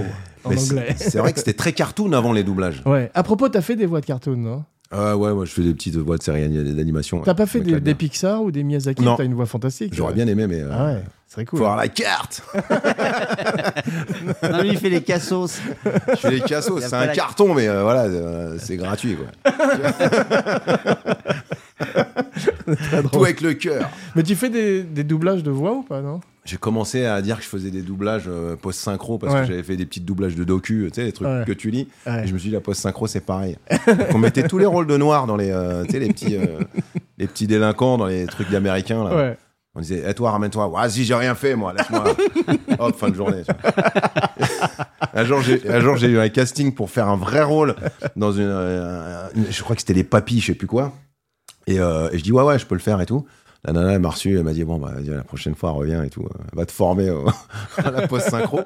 S2: En
S1: Mais c'est-
S2: anglais.
S1: C'est vrai que c'était très cartoon avant les doublages.
S2: Ouais. À propos, t'as fait des voix de cartoon, non
S1: Ah ouais, moi je fais des petites voix de séries ani- d'animation. ouais.
S2: T'as pas fait
S1: Je
S2: des,
S1: m'éclate
S2: des
S1: bien.
S2: Pixar ou des Miyazaki
S1: Non.
S2: T'as une voix fantastique.
S1: J'aurais bien aimé, mais. euh,
S2: Ah ouais, ce serait
S1: Faut
S2: cool.
S1: avoir la carte
S3: Non, lui, il fait les cassos.
S1: Je fais les cassos,
S3: Y a
S1: c'est
S3: pas
S1: un
S3: la-
S1: carton, mais euh, voilà, euh, c'est gratuit quoi. Tout avec le cœur.
S2: Mais tu fais des, des doublages de voix ou pas, non
S1: J'ai commencé à dire que je faisais des doublages euh, post-synchro parce
S2: Ouais.
S1: que j'avais fait des petits doublages de docu, tu sais, les trucs
S2: Ouais.
S1: que tu lis.
S2: Ouais.
S1: Et je me suis dit, la post-synchro, c'est pareil. Donc, on mettait tous les rôles de noir dans les, euh, tu sais, les petits, euh, les petits délinquants dans les trucs d'américains. là.
S2: Ouais.
S1: On disait, Eh, toi, ramène-toi. Vas-y, j'ai rien fait, moi, laisse-moi. Hop, fin de journée. tu vois. un jour, j'ai un jour, j'ai eu un casting pour faire un vrai rôle dans une. euh, une- je crois que c'était les papis, je sais plus quoi. Et, euh, et je dis, ouais, ouais, je peux le faire et tout. La nana, elle m'a reçu, elle m'a dit, bon, bah, vas-y, la prochaine fois, reviens et tout. Elle va te former au- à la post-synchro.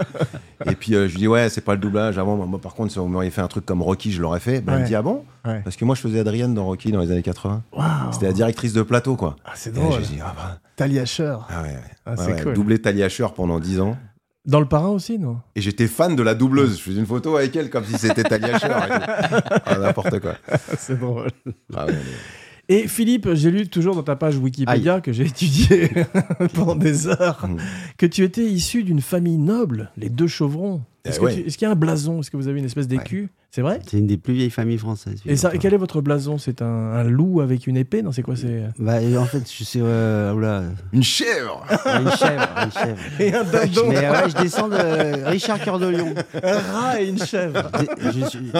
S1: et puis, euh, je lui dis, ouais, c'est pas le doublage. Avant, moi, par contre, si vous m'auriez fait un truc comme Rocky, je l'aurais fait. Ben, Elle
S2: Ouais.
S1: me dit, ah bon
S2: Ouais.
S1: Parce que moi, je faisais Adrienne dans Rocky dans les années 80.
S2: Waouh.
S1: C'était la directrice de plateau, quoi.
S2: Oh. Ah, c'est
S1: Et
S2: drôle.
S1: j'ai dit, ah bah,
S2: Talia Shire.
S1: ah ouais, ouais.
S2: Ah,
S1: Ouais,
S2: c'est
S1: ouais,
S2: cool.
S1: doublé Talia Shire pendant 10 ans.
S2: Dans le parrain aussi, non
S1: Et j'étais fan de la doubleuse. Je faisais une photo avec elle comme si c'était Talia Shire. et tout. Ah, N'importe quoi.
S2: C'est drôle.
S1: Ah ouais, mais-
S2: Et Philippe, j'ai lu toujours dans ta page Wikipédia que j'ai étudié pendant des heures
S1: Mm.
S2: que tu étais issu d'une famille noble, les deux chevrons. Est-ce
S1: Eh
S2: que
S1: ouais.
S2: tu- est-ce qu'il y a un blason Est-ce que vous avez une espèce d'écu C'est vrai
S3: C'est une des plus vieilles familles françaises.
S2: Et ça,
S3: figure-toi.
S2: quel est votre blason C'est un, un loup avec une épée Non, c'est quoi C'est
S3: Bah, et en fait, je suis. Euh, oula.
S1: Une chèvre
S3: Ouais, Une chèvre, une chèvre.
S2: et un dindon,
S3: Mais euh, ouais, je descends de Richard Cœur de Lion.
S2: un rat et une chèvre.
S3: Je- je suis-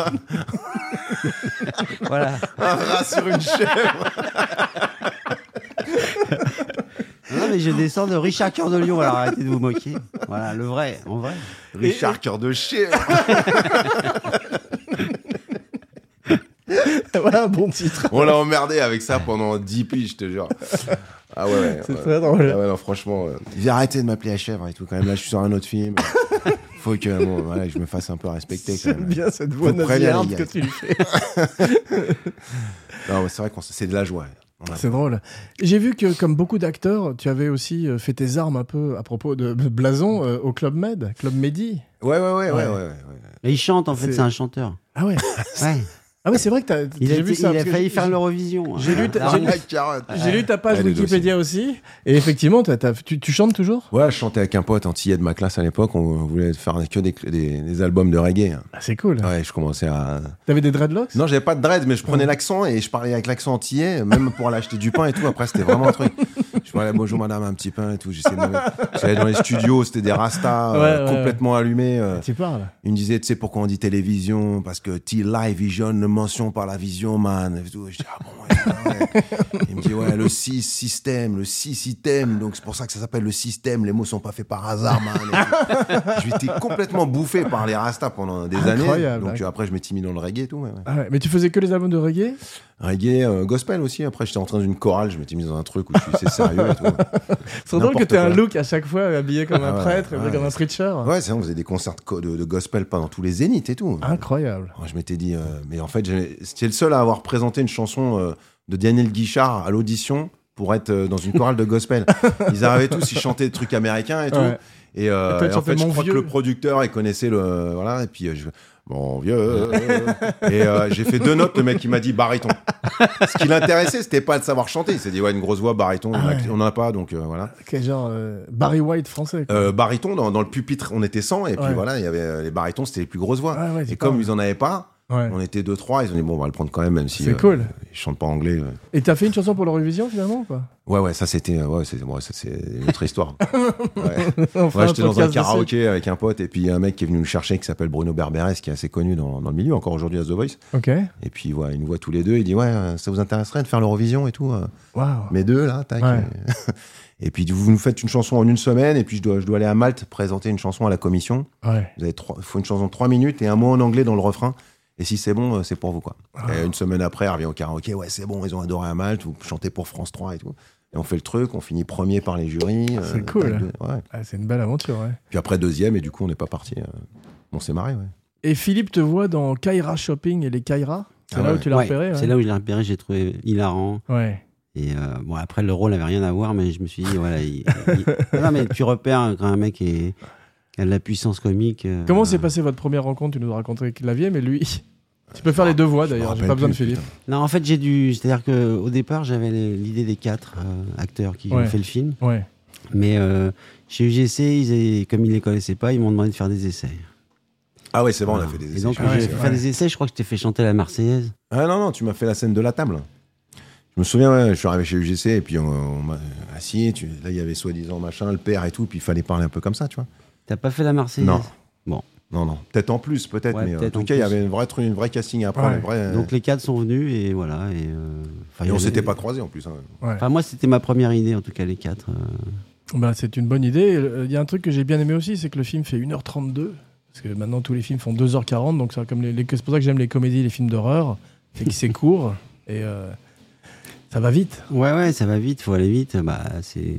S3: voilà.
S1: Un rat sur une chèvre
S3: Non, mais je descends de Richard Cœur de Lion. Alors arrêtez de vous moquer. Voilà, le vrai, en vrai.
S1: Richard, cœur de chèvre
S2: voilà un bon titre.
S1: On l'a emmerdé avec ça pendant 10 piges, je te jure. Ah ouais, ouais.
S2: C'est
S1: ouais.
S2: très drôle.
S1: Ah ouais, non, franchement. euh, J'ai arrêté de m'appeler la chèvre et tout, quand même. Là, je suis sur un autre film. Faut que bon, voilà, je me fasse un peu respecter, quand
S2: J'aime
S1: même.
S2: bien cette voix
S1: Vous prenez,
S2: nasillarde
S1: les
S2: que
S1: gars.
S2: tu lui fais.
S1: Non, mais c'est vrai qu'on s- c'est de la joie. On a-
S2: C'est drôle. J'ai vu que, comme beaucoup d'acteurs, tu avais aussi euh, fait tes armes un peu à propos de de blason euh, au Club Med, Club Medi.
S1: Ouais, ouais, ouais, ouais,
S2: Ouais.
S1: ouais. ouais, ouais.
S3: Et il chante en fait,
S2: C'est-
S3: c'est un chanteur.
S2: Ah ouais.
S3: Ouais.
S2: Ah ouais, c'est vrai que t'as-
S3: Il a,
S2: j'ai vu
S3: été- il
S2: ça.
S3: a
S2: parce que
S3: failli
S2: j'ai-
S3: faire l'Eurovision.
S2: j'ai lu ta-
S3: Ah,
S2: j'ai lu-
S1: La carotte.
S2: J'ai lu ta page
S1: Ah, les deux
S2: Wikipédia aussi. Et effectivement, t'as- t'as- tu, tu chantes toujours
S1: Ouais, je chantais avec un pote antillais de ma classe à l'époque. On voulait faire que des, des- des albums de reggae. hein.
S2: ah, C'est cool.
S1: Ouais, je commençais à.
S2: T'avais des dreadlocks
S1: Non, j'avais pas de dread, mais je
S2: Mmh.
S1: prenais l'accent et je parlais avec l'accent antillais, même pour aller acheter du pain et tout. Après, c'était vraiment un truc. Je parlais bonjour madame, un petit pain et tout. J'essayais de me mettre- J'allais dans les studios, c'était des rastas euh,
S2: Ouais, ouais,
S1: complètement allumés. euh.
S2: Tu parles.
S1: Il me disait, tu sais pourquoi on dit télévision Parce que T-Live Vision ne mention par la vision, man. Et tout. Je dis, ah bon ouais, ouais. Il me dit, ouais, le 6 système, le 6 système. Donc c'est pour ça que ça s'appelle le système. Les mots sont pas faits par hasard, man. Et tout. Je m'étais complètement bouffé par les rastas pendant des années.
S2: Incroyable.
S1: Donc euh, après, je m'étais mis dans le reggae et tout. ouais, ouais.
S2: Ah ouais, mais tu faisais que les albums de reggae
S1: Reggae, euh, gospel aussi. Après, j'étais entrain d'une chorale. Je m'étais mis dans un truc où je suis c'est sérieux et tout. Ouais,
S2: C'est drôle que
S1: N'importe
S2: t'aies un
S1: quoi.
S2: look à chaque fois habillé comme un
S1: Ah ouais,
S2: prêtre,
S1: ouais,
S2: habillé comme
S1: ouais.
S2: un preacher.
S1: Ouais, c'est vrai, on faisait des concerts de, co- de- de gospel pendant tous les zéniths et tout.
S2: Incroyable.
S1: Alors, je m'étais dit, euh, mais en fait, j'ai- c'était le seul à avoir présenté une chanson euh, de Daniel Guichard à l'audition pour être euh, dans une chorale de gospel. Ils arrivaient tous, ils chantaient des trucs américains et tout.
S2: Ouais.
S1: Et, euh,
S2: Et toi,
S1: et
S2: tu
S1: en fait,
S2: chantais
S1: je
S2: Mon
S1: crois
S2: vieux.
S1: que le producteur, il connaissait le. Voilà, et puis euh, je. Mon vieux. euh, euh. et euh, j'ai fait deux notes, le mec, il m'a dit baryton. Ce qui l'intéressait, c'était pas de savoir chanter. Il s'est dit, ouais, une grosse voix, baryton, on en a-
S2: Ah ouais.
S1: on en a pas, donc euh, voilà.
S2: Quel genre euh, Barry White français. quoi.
S1: Euh, baryton, dans, dans le pupitre, on était 100, et puis
S2: Ouais.
S1: voilà, il y avait euh, les barytons, c'était les plus grosses voix.
S2: Ah Ouais, ouais, c'est
S1: et comme
S2: pas-
S1: ils en avaient pas,
S2: Ouais.
S1: on était 2-3, ils ont dit, bon, on va le prendre quand même, même si.
S2: C'est
S1: euh,
S2: cool.
S1: Ils chantent pas anglais. Ouais,
S2: Et t'as fait une chanson pour l'Eurovision finalement ou pas
S1: ouais, ouais, ça c'était euh, ouais, c'est ouais, ça, c'est une autre histoire. Ouais.
S2: On fera
S1: Ouais, j'étais dans un
S2: podcast dessus.
S1: karaoké avec un pote et puis un mec qui est venu me chercher qui s'appelle Bruno Berberes qui est assez connu dans, dans le milieu encore aujourd'hui à The Voice.
S2: Ok.
S1: Et puis ouais, il nous voit tous les deux, il dit ouais, euh, ça vous intéresserait de faire l'Eurovision et tout. euh,
S2: Waouh.
S1: mes deux là, tac.
S2: Ouais.
S1: Et puis vous nous faites une chanson en une semaine et puis je dois, je dois aller à Malte présenter une chanson à la commission.
S2: Ouais.
S1: Vous avez trois, faut une chanson de trois minutes et un mot en anglais dans le refrain. Et si c'est bon, euh, c'est pour vous quoi. Et une semaine après, elle revient au karaoké, ouais c'est bon, ils ont adoré à Malte, vous chantez pour France 3 et tout. Et on fait le truc, on finit premier par les jurys.
S2: C'est
S1: euh,
S2: cool.
S1: tac, de- ouais.
S2: Ah, c'est une belle aventure, ouais.
S1: Puis après deuxième, et du coup, on n'est pas parti. euh, On s'est marré, ouais.
S2: Et Philippe te voit dans Kaira Shopping et les Kaira. C'est
S1: Ah
S2: là où
S1: ouais.
S2: tu l'as
S3: Ouais,
S2: repéré.
S3: C'est
S2: ouais.
S3: là où je l'ai repéré, j'ai trouvé hilarant.
S2: Ouais.
S3: Et euh, bon, après, le rôle n'avait rien à voir, mais je me suis dit, voilà. il- il- Non, mais tu repères quand un mec est... a de la puissance comique. euh,
S2: Comment s'est passée votre première rencontre Tu nous as raconté que l'aviez, mais lui. Tu peux faire les deux voix
S1: Je me
S2: d'ailleurs, j'ai
S1: rappelle
S2: pas besoin de
S1: plus,
S2: Philippe.
S3: Non, en fait, j'ai dû. C'est-à-dire qu'au départ, j'avais les- l'idée des quatre euh, acteurs qui
S2: Ouais.
S3: ont fait le film.
S2: Ouais.
S3: Mais euh, chez UGC, ils avaient- comme ils les connaissaient pas, ils m'ont demandé de faire des essais.
S1: Ah ouais, c'est bon, on a
S3: Voilà.
S1: fait des
S3: Et
S1: essais.
S3: donc,
S2: Ah ouais,
S3: j'ai
S2: c'est
S3: fait
S2: vrai.
S3: des essais. Je crois que je t'ai fait chanter la Marseillaise.
S1: Ah non, non, tu m'as fait la scène de la table. Je me souviens, ouais, je suis arrivé chez UGC et puis on, on m'a assis. tu- là, il y avait soi-disant machin, le père et tout. Puis il fallait parler un peu comme ça, tu vois.
S3: T'as pas fait la Marseillaise
S1: Non.
S3: Bon.
S1: Non, non. Peut-être en plus, peut-être.
S3: Ouais,
S1: mais euh, en
S3: peut-être
S1: tout
S3: en
S1: cas, il y
S3: plus.
S1: avait une vraie, tru- une vraie casting à prendre.
S2: Ouais.
S1: une vraie- euh,
S3: Donc les quatre sont venus et voilà. Et, euh, enfin, il
S1: et
S3: y
S1: on
S3: avait-
S1: s'était pas croisés en plus. hein.
S3: Enfin, moi, c'était ma première idée, en tout cas, les quatre. euh.
S2: Bah, c'est une bonne idée. Euh, Il y a un truc que j'ai bien aimé aussi, c'est que le film fait 1h32. Parce que maintenant, tous les films font 2h40. Donc, ça, comme les, les- c'est pour ça que j'aime les comédies, les films d'horreur. C'est que c'est court et euh, ça va vite.
S3: Ouais, ouais, ça va vite, faut aller vite. Bah, c'est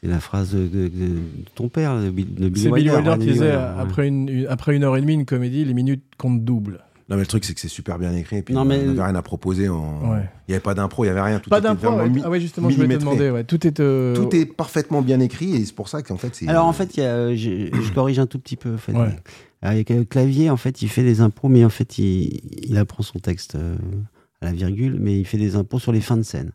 S3: c'est la phrase de, de- de- de ton père, de, Bill- de Billy
S2: C'est Billy
S3: Wilder,
S2: Wilder
S3: hein,
S2: qui
S3: Billy
S2: disait
S3: Wilder, ouais.
S2: après, une, une- après une heure et demie, une comédie, les minutes comptent double.
S1: Non, mais le truc, c'est que c'est super bien écrit. Et puis,
S3: Non,
S1: on
S3: mais-
S1: n'avait rien à proposer. en-
S2: Ouais.
S1: Il n'y avait pas d'impro, il n'y avait rien. Tout
S2: Pas
S1: était
S2: d'impro.
S1: vraiment
S2: ouais.
S1: mi-
S2: Ah ouais, justement, je voulais te
S1: millimétré.
S2: demander. ouais. Tout est. euh,
S1: Tout est parfaitement bien écrit et c'est pour ça qu'en fait, c'est.
S3: Alors en fait, il y a, euh, j'ai- je corrige un tout petit peu. En fait.
S2: Ouais.
S3: Avec euh, Clavier, en fait, il fait des impôts, mais en fait, il, il apprend son texte euh, à la virgule, mais il fait des impôts sur les fins de scène.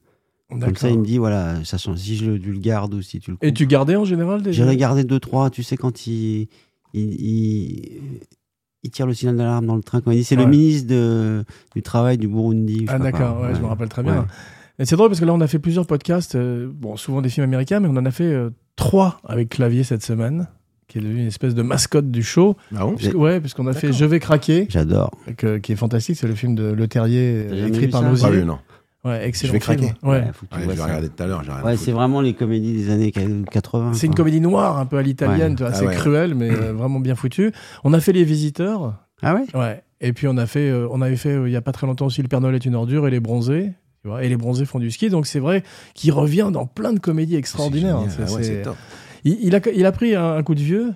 S3: Comme ça,
S2: D'accord.
S3: il me dit, voilà, ça change, si je le vulgarde ou si tu le
S2: Et
S3: coupes.
S2: tu gardais en général des.
S3: J'ai regardé deux, trois, tu sais, quand il, il, il, il tire le signal d'alarme dans le train, quand il dit, c'est
S2: Ouais.
S3: le ministre de- du Travail du Burundi. je
S2: Ah,
S3: sais pas
S2: d'accord,
S3: quoi.
S2: ouais, je me rappelle très bien.
S3: Ouais.
S2: Et c'est drôle parce que là, on a fait plusieurs podcasts, euh, bon, souvent des films américains, mais on en a fait euh, trois avec Clavier cette semaine, qui est devenu une espèce de mascotte du show.
S1: Ah bon
S2: Puisque-
S3: J'ai-
S2: ouais, puisqu'on a fait Je vais craquer,
S3: J'adore.
S2: que- qui est fantastique, c'est le film de Le Terrier
S3: T'as
S2: euh,
S3: jamais
S2: écrit
S3: vu
S2: par
S3: ça Ah
S1: Pas
S2: Nozier.
S1: vu, non.
S2: Ouais, excellent.
S1: Je vais
S2: film.
S1: craquer.
S2: Ouais.
S3: Ouais, faut que tu
S1: Ouais,
S3: vois
S1: je vais
S3: ça.
S1: regarder tout à l'heure. j'ai rien à
S3: Ouais,
S1: foutre.
S3: c'est vraiment les comédies des années 80.
S2: C'est une
S3: quoi.
S2: comédie noire, un peu à l'italienne,
S3: Ouais.
S2: tu vois,
S1: Ah
S2: assez
S1: ouais.
S2: cruelle, mais euh, vraiment bien foutue. On a fait Les Visiteurs,
S3: Ah ouais
S2: ouais. Et puis on a fait, euh, on avait fait euh, il y a pas très longtemps aussi Le Père Noël est une ordure et Les Bronzés. Tu vois, et les bronzés font du ski, donc c'est vrai qu'il revient dans plein de comédies extraordinaires.
S1: génial.
S2: hein, C'est-
S1: Ah ouais,
S2: c'est-
S1: c'est top.
S2: Il, il a, il a pris un, un coup de vieux,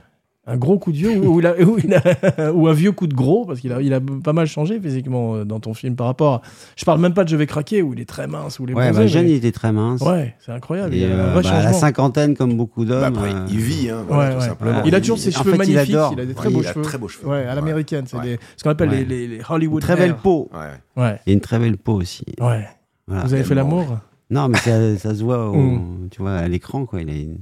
S2: un gros coup de vieux, ou, ou il a- ou il a- ou un vieux coup de gros, parce qu'il a, il a pas mal changé physiquement euh, dans ton film par rapport. à- Je parle même pas de Je vais craquer, où il est très mince, ou les
S3: Ouais, bah,
S2: bronzés,
S3: Jeanne,
S2: mais-
S3: il était très mince.
S2: Ouais, c'est incroyable. il y
S3: Et,
S2: a un
S3: euh,
S2: vrai
S3: bah, à la
S2: changement.
S3: cinquantaine, comme beaucoup
S1: Bah,
S3: d'hommes.
S1: après,
S3: euh,
S1: il vit, hein, voilà,
S2: ouais,
S1: tout
S2: ouais.
S1: simplement.
S3: Voilà.
S2: Il a toujours ses
S3: En
S2: cheveux
S3: fait, il
S2: magnifiques, il,
S3: adore.
S2: a des très
S1: Ouais,
S2: beaux
S1: il a
S2: cheveux.
S1: très beaux cheveux.
S2: Ouais, à l'américaine, c'est des- ce qu'on appelle
S3: Ouais.
S2: les, les- les
S3: une
S2: Hollywood.
S3: très
S2: hair.
S3: belle peau.
S1: Ouais, ouais.
S2: Ouais.
S3: Et une très belle peau aussi.
S2: ouais.
S3: Voilà.
S2: Vous avez fait
S1: tellement,
S2: l'amour
S3: Non, mais ça, ça se voit, au-
S2: Mm.
S3: tu vois, à l'écran, quoi. Il est une-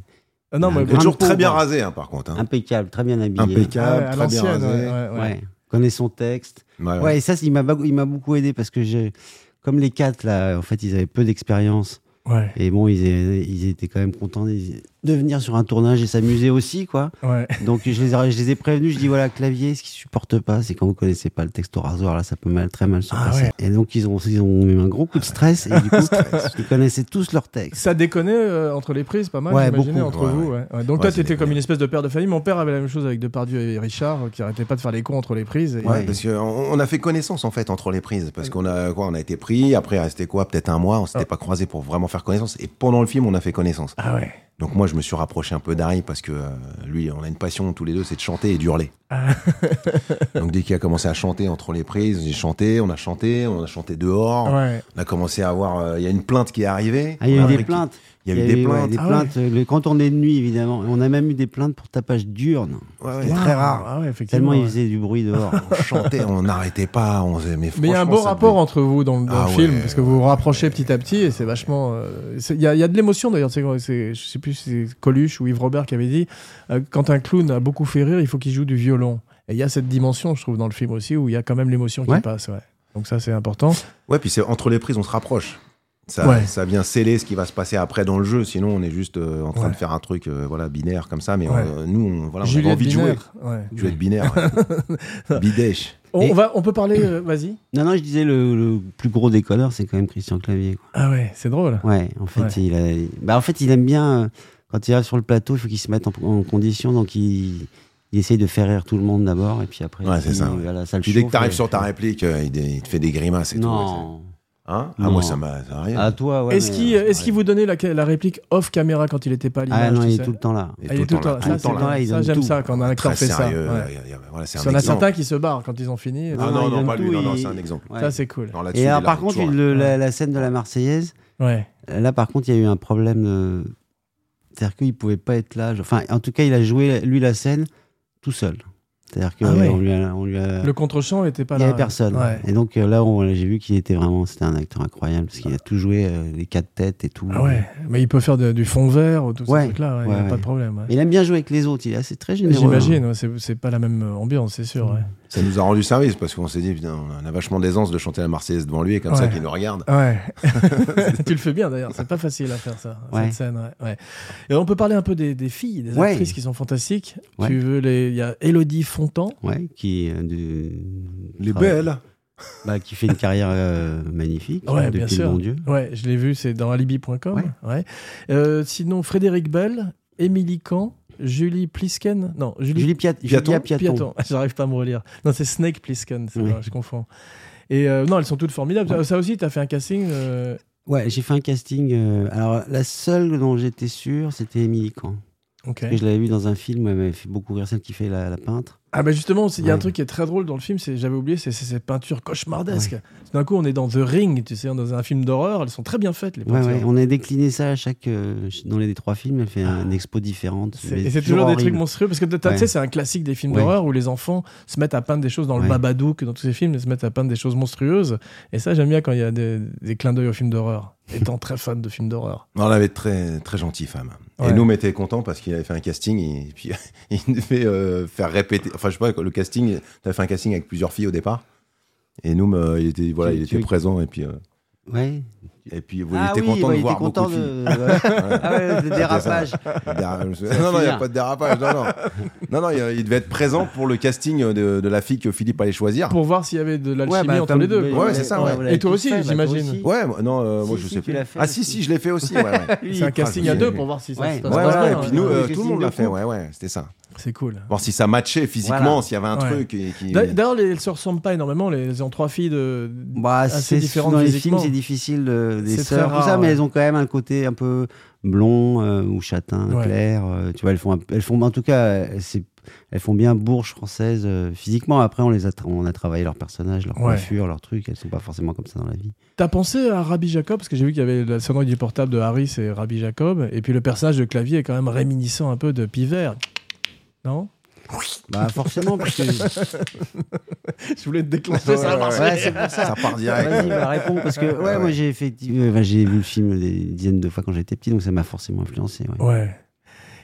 S2: Ah Non,
S3: Un
S2: mais
S1: Il est
S3: grand-
S1: toujours
S3: peau,
S1: très bien
S3: ouais.
S1: rasé, hein, par contre. hein.
S3: impeccable, très bien habillé.
S2: Ah ouais,
S1: Impeccable,
S2: à
S1: très bien
S2: l'ancienne.
S1: rasé.
S2: ouais, ouais, ouais.
S3: Ouais. Connaît son texte.
S1: Ouais,
S3: Ouais,
S1: ouais.
S3: et ça, c'est- il m'a beaucoup- il m'a beaucoup aidé parce que j'ai, comme les quatre là, en fait, ils avaient peu d'expérience
S2: Ouais,
S3: et bon, ils, a- ils étaient quand même contents de de venir sur un tournage et s'amuser aussi, quoi.
S2: ouais.
S3: Donc je les, ai, je les ai prévenus, je dis voilà, clavier, ce qui supporte pas, c'est quand vous connaissez pas le texte au rasoir, là, ça peut mal, très mal se
S2: Ah
S3: passer.
S2: ouais.
S3: Et donc ils ont, ils ont eu un gros coup de stress, et du coup, ils connaissaient tous leur texte.
S2: Ça déconnait euh, entre les prises, pas mal,
S3: Ouais,
S2: j'imaginais,
S3: beaucoup.
S2: entre
S1: Ouais,
S2: vous. ouais. Ouais, donc toi,
S1: Ouais, c'est
S2: t'étais
S1: des-
S2: comme une espèce de père de famille. Mon père avait la même chose avec Depardieu et Richard, euh, qui arrêtaient pas de faire les cons entre les prises. et-
S1: Ouais, parce qu'on on a fait connaissance en fait entre les prises parce qu'on a quoi on a été pris après resté quoi peut-être un mois on s'était
S2: Ah.
S1: pas croisé pour vraiment faire connaissance et pendant le film on a fait connaissance
S2: Ah ouais.
S1: donc moi je me suis rapproché un peu d'Harry parce que euh, lui on a une passion tous les deux c'est de chanter et d'hurler
S2: Ah.
S1: donc dès qu'il a commencé à chanter entre les prises j'ai chanté on a chanté on a chanté dehors
S2: Ouais.
S1: on a commencé à avoir euh, il y a une plainte qui est arrivée
S3: Ah, il y
S1: On
S3: a eu des
S1: récu-
S3: plaintes.
S1: il y a eu des
S3: ouais,
S1: plaintes
S3: des
S2: Ah ouais.
S3: plaintes, euh, le- quand on est de nuit, évidemment. On a même eu des plaintes pour tapage diurne.
S1: Ouais, ouais.
S3: C'était très rare.
S2: Ah ouais,
S3: Tellement
S2: effectivement. ouais.
S3: ils faisaient du bruit dehors.
S1: on chantait on n'arrêtait pas on faisait- mais,
S2: Mais il y a un
S1: franchement,
S2: beau
S1: ça
S2: rapport
S1: devait-
S2: entre vous dans, le- dans
S1: Ah
S2: le film,
S1: ouais,
S2: parce que vous vous rapprochez petit à petit, et c'est vachement. euh, c'est- Il y, a- il y a de l'émotion d'ailleurs. C'est, c'est- je sais plus si c'est Coluche ou Yves Robert qui avait dit euh, quand un clown a beaucoup fait rire, il faut qu'il joue du violon. Et il y a cette dimension, je trouve, dans le film aussi, où il y a quand même l'émotion qui
S3: Ouais.
S2: passe. ouais. Donc ça, c'est important.
S1: Ouais, puis c'est entre les prises, on se rapproche. Ça,
S2: Ouais.
S1: ça vient sceller ce qui va se passer après dans le jeu. Sinon, on est juste euh, en train
S2: Ouais.
S1: de faire un truc euh, voilà, binaire comme ça. Mais
S2: Ouais.
S1: on- nous, on, voilà, on avait
S2: Juliette
S1: envie de jouer.
S2: Binaire, ouais.
S1: Juliette binaire. ouais. Bidèche.
S2: On,
S3: Et-
S2: on va, on peut parler. euh, vas-y.
S3: non, non, je disais, le, le plus gros déconneur, c'est quand même Christian Clavier. quoi.
S2: Ah ouais, c'est drôle.
S3: Ouais, en fait,
S2: Ouais.
S3: Il, a- il- bah, en fait, il aime bien, euh, quand il arrive sur le plateau, il faut qu'il se mette en, en condition, donc il, il essaye de faire rire tout le monde d'abord, et puis après,
S1: Ouais,
S3: il-
S1: c'est ça, ouais.
S3: voilà, ça le
S1: Puis dès que
S3: chauffe,
S1: t'arrives
S3: et-
S1: sur ta réplique, euh, il, dé- il te fait des grimaces et tout.
S3: Non,
S1: Hein Ah,
S3: Non.
S1: moi, ça m'a. ça m'arrive.
S3: à toi, ouais.
S2: est-ce
S3: mais- euh,
S2: qu'il, est-ce qu'il vous donnait la, la réplique off caméra quand il n'était pas à l'image
S3: Ah non,
S2: tu
S3: il
S2: sais
S3: est tout le temps là.
S1: Et
S2: Ah, il est tout le temps.
S1: là,
S2: Ça,
S1: tout le
S2: c'est
S1: temps là.
S2: bien.
S3: là, il
S2: Ça,
S3: donne
S2: j'aime
S3: tout.
S2: ça quand un acteur
S1: Très
S2: fait ça.
S1: sérieux. euh,
S2: ouais.
S1: il y a- il y a- voilà, c'est
S2: Parce
S1: un
S2: qu'il y en a
S1: exemple.
S2: certains qui se barrent quand ils ont fini.
S1: Ah
S3: Non,
S1: non,
S3: il
S1: non,
S3: donne
S1: pas lui.
S3: tout,
S1: Non, non,
S3: il-
S1: c'est un exemple.
S3: Ouais.
S2: Ça, c'est cool.
S1: Non, là-dessus,
S3: Et alors,
S1: il est
S3: par
S1: là,
S3: contre,
S1: toujours,
S3: le- la, la scène de la Marseillaise,
S2: Ouais.
S3: là, par contre, il y a eu un problème. euh, C'est-à-dire qu'il pouvait pas être là. Enfin, en tout cas, il a joué, lui, la scène tout seul. C'est-à-dire qu'on
S2: Ah ouais.
S3: lui a. On lui a...
S2: Le contre-champ était pas
S3: Il
S2: là.
S3: n'y avait personne.
S2: Ouais.
S3: Et donc euh, là, on- j'ai vu qu'il était vraiment, c'était un acteur incroyable parce qu'il a tout joué, euh, les quatre têtes et tout.
S2: Ah ouais, mais il peut faire de- du fond vert ou tout
S3: Ouais,
S2: ce truc-là, ouais, il
S3: ouais,
S2: n'y a
S3: ouais.
S2: pas de problème. ouais.
S3: Mais il aime bien jouer avec les autres, il est assez très généreux.
S2: J'imagine, ouais, c'est c'est pas la même euh, ambiance, c'est sûr. ouais.
S1: Ça nous a rendu service parce qu'on s'est dit, putain, on a vachement d'aisance de chanter la Marseillaise devant lui et comme ça
S2: Ouais.
S1: qu'il nous regarde.
S2: Ouais. tu le fais bien d'ailleurs, c'est pas facile à faire ça,
S3: Ouais.
S2: cette scène. ouais, ouais. Et on peut parler un peu des, des filles, des
S3: Ouais.
S2: actrices qui sont fantastiques.
S3: Ouais.
S2: Tu veux les... Il y a Elodie Fontan.
S3: Ouais, qui, euh, du-
S1: Les
S3: travaille-
S1: belles
S3: bah, qui fait une carrière euh, magnifique
S2: Ouais,
S3: depuis
S2: bien
S3: le
S2: sûr.
S3: bon Dieu.
S2: Ouais, je l'ai vu, c'est dans alibi.com.
S3: Ouais.
S2: Ouais. Euh, sinon, Frédéric Bell, Émilie Kahn, Julie Plisken. Non, Julie,
S3: Julie Piat
S1: Piaton.
S3: Julia Piaton.
S2: Piaton. J'arrive pas à me relire. Non, c'est Snake Plisken, c'est
S3: Oui.
S2: vrai, je confonds. Et euh, non, elles sont toutes formidables.
S3: Ouais.
S2: Ça, ça aussi, t'as fait un casting. euh,
S3: Ouais, j'ai fait un casting. euh, alors, la seule dont j'étais sûr, c'était Émilie Kahn.
S2: Ok.
S3: Et Je l'avais vu dans un film, elle m'avait fait beaucoup rire, celle qui fait la, la peintre.
S2: Ah bah justement, c'est- il y a un
S3: Ouais.
S2: truc qui est très drôle dans le film, c'est j'avais oublié, c'est c'est ces peintures cauchemardesques. D'un coup, on est dans The Ring, tu sais, on est dans un film d'horreur, elles sont très bien faites les
S3: Ouais,
S2: peintures.
S3: ouais, on a décliné ça à chaque. euh, ch- dans les trois films, elle fait un- une expo différente.
S2: Ah. C'est-
S3: mais
S2: Et c'est toujours des
S3: horrible.
S2: trucs monstrueux parce que t'as- t'as- tu sais,
S3: Ouais.
S2: c'est un classique des films
S3: Ouais.
S2: d'horreur où les enfants se mettent à peindre des choses dans le
S3: Ouais.
S2: Babadook, dans tous ces films, ils se mettent à peindre des choses monstrueuses. Et ça, j'aime bien quand il y a des, des clins d'œil aux films d'horreur, étant très fan de films d'horreur.
S1: Non, elle avait très, très gentille femme.
S2: Ouais.
S1: Et nous, on était contents parce qu'il avait fait un casting et, puis il devait euh, faire répéter. Enfin, je sais pas, le casting, tu as fait un casting avec plusieurs filles au départ. Et nous, euh, il était, voilà,
S3: Tu-
S1: il
S3: tu
S1: était
S3: veux-
S1: présent et puis, euh,
S3: Ouais.
S1: et puis vous
S3: ah
S1: il était
S3: oui,
S1: content
S3: ouais,
S1: de
S3: il
S1: voir
S3: était content
S1: beaucoup de filles.
S3: de. ouais. Ah ouais, le dérapage.
S1: Déra-
S3: va
S1: Non, non, il n'y a
S3: finir.
S1: pas de dérapage. Non, non. non, non, il, il devait être présent pour le casting de, de la fille que Philippe allait choisir.
S2: Pour voir s'il y avait de l'alchimie
S3: Ah. Ouais, bah,
S2: entre
S3: comme-
S2: les deux.
S3: mais-
S1: Ouais, c'est ça, ouais.
S3: vous l'avez
S2: Et toi
S3: tous
S2: aussi,
S3: fait, bah, toi
S2: j'imagine.
S3: aussi.
S1: Ouais, moi- non, euh, moi
S3: Si,
S1: je
S3: si,
S1: sais
S3: tu
S1: plus.
S3: l'as fait
S1: ah,
S3: aussi.
S1: si, si, je l'ai fait aussi. Ouais, ouais.
S2: C'est un casting à
S1: j'ai-
S2: deux pour voir si ça
S3: Ouais.
S2: se passe
S1: Ouais,
S2: bien,
S1: ouais, et
S2: ouais.
S1: puis nous, euh,
S3: Ouais.
S1: tout le monde l'a fait.
S3: Couple.
S1: Ouais, ouais, c'était ça.
S2: C'est cool.
S1: Voir si ça matchait physiquement,
S3: Voilà.
S1: s'il y avait un
S2: Ouais.
S1: truc. et qui-
S2: D'a- D'ailleurs, les- elles se ressemblent pas énormément. les- Elles ont trois filles de.
S3: Bah,
S2: Assez
S3: c'est
S2: différentes
S3: dans les
S2: physiquement.
S3: films, c'est difficile de, des
S2: C'est très
S3: sœurs, tout
S2: rare,
S3: ça, mais
S2: ouais.
S3: elles ont quand même un côté un peu blond euh, ou châtain
S2: Ouais.
S3: clair. euh, tu vois, elles font, un- elles font, en tout cas, euh, c'est, elles font bien bourge française euh, physiquement. Après, on les a, tra- on a travaillé leurs personnages, leur
S2: Ouais.
S3: coiffure, leurs trucs. Elles sont pas forcément comme ça dans la vie.
S2: T'as pensé à Rabbi Jacob Parce que j'ai vu qu'il y avait la sonnerie du portable de Harry, c'est Rabbi Jacob. Et puis le personnage de clavier est quand même réminiscent un peu de Pivert. Non
S3: Bah, forcément, parce que
S2: Je voulais te déclencher
S1: Ouais,
S2: ça.
S1: ouais,
S2: Marc.
S1: ouais,
S3: Ouais, c'est pour ça.
S1: ça part direct.
S3: Vas-y, bah, réponds, parce que ouais,
S1: Ouais.
S3: moi j'ai effectivement, enfin, j'ai vu le film des dizaines de fois quand j'étais petit, donc ça m'a forcément influencé. ouais.
S2: Ouais.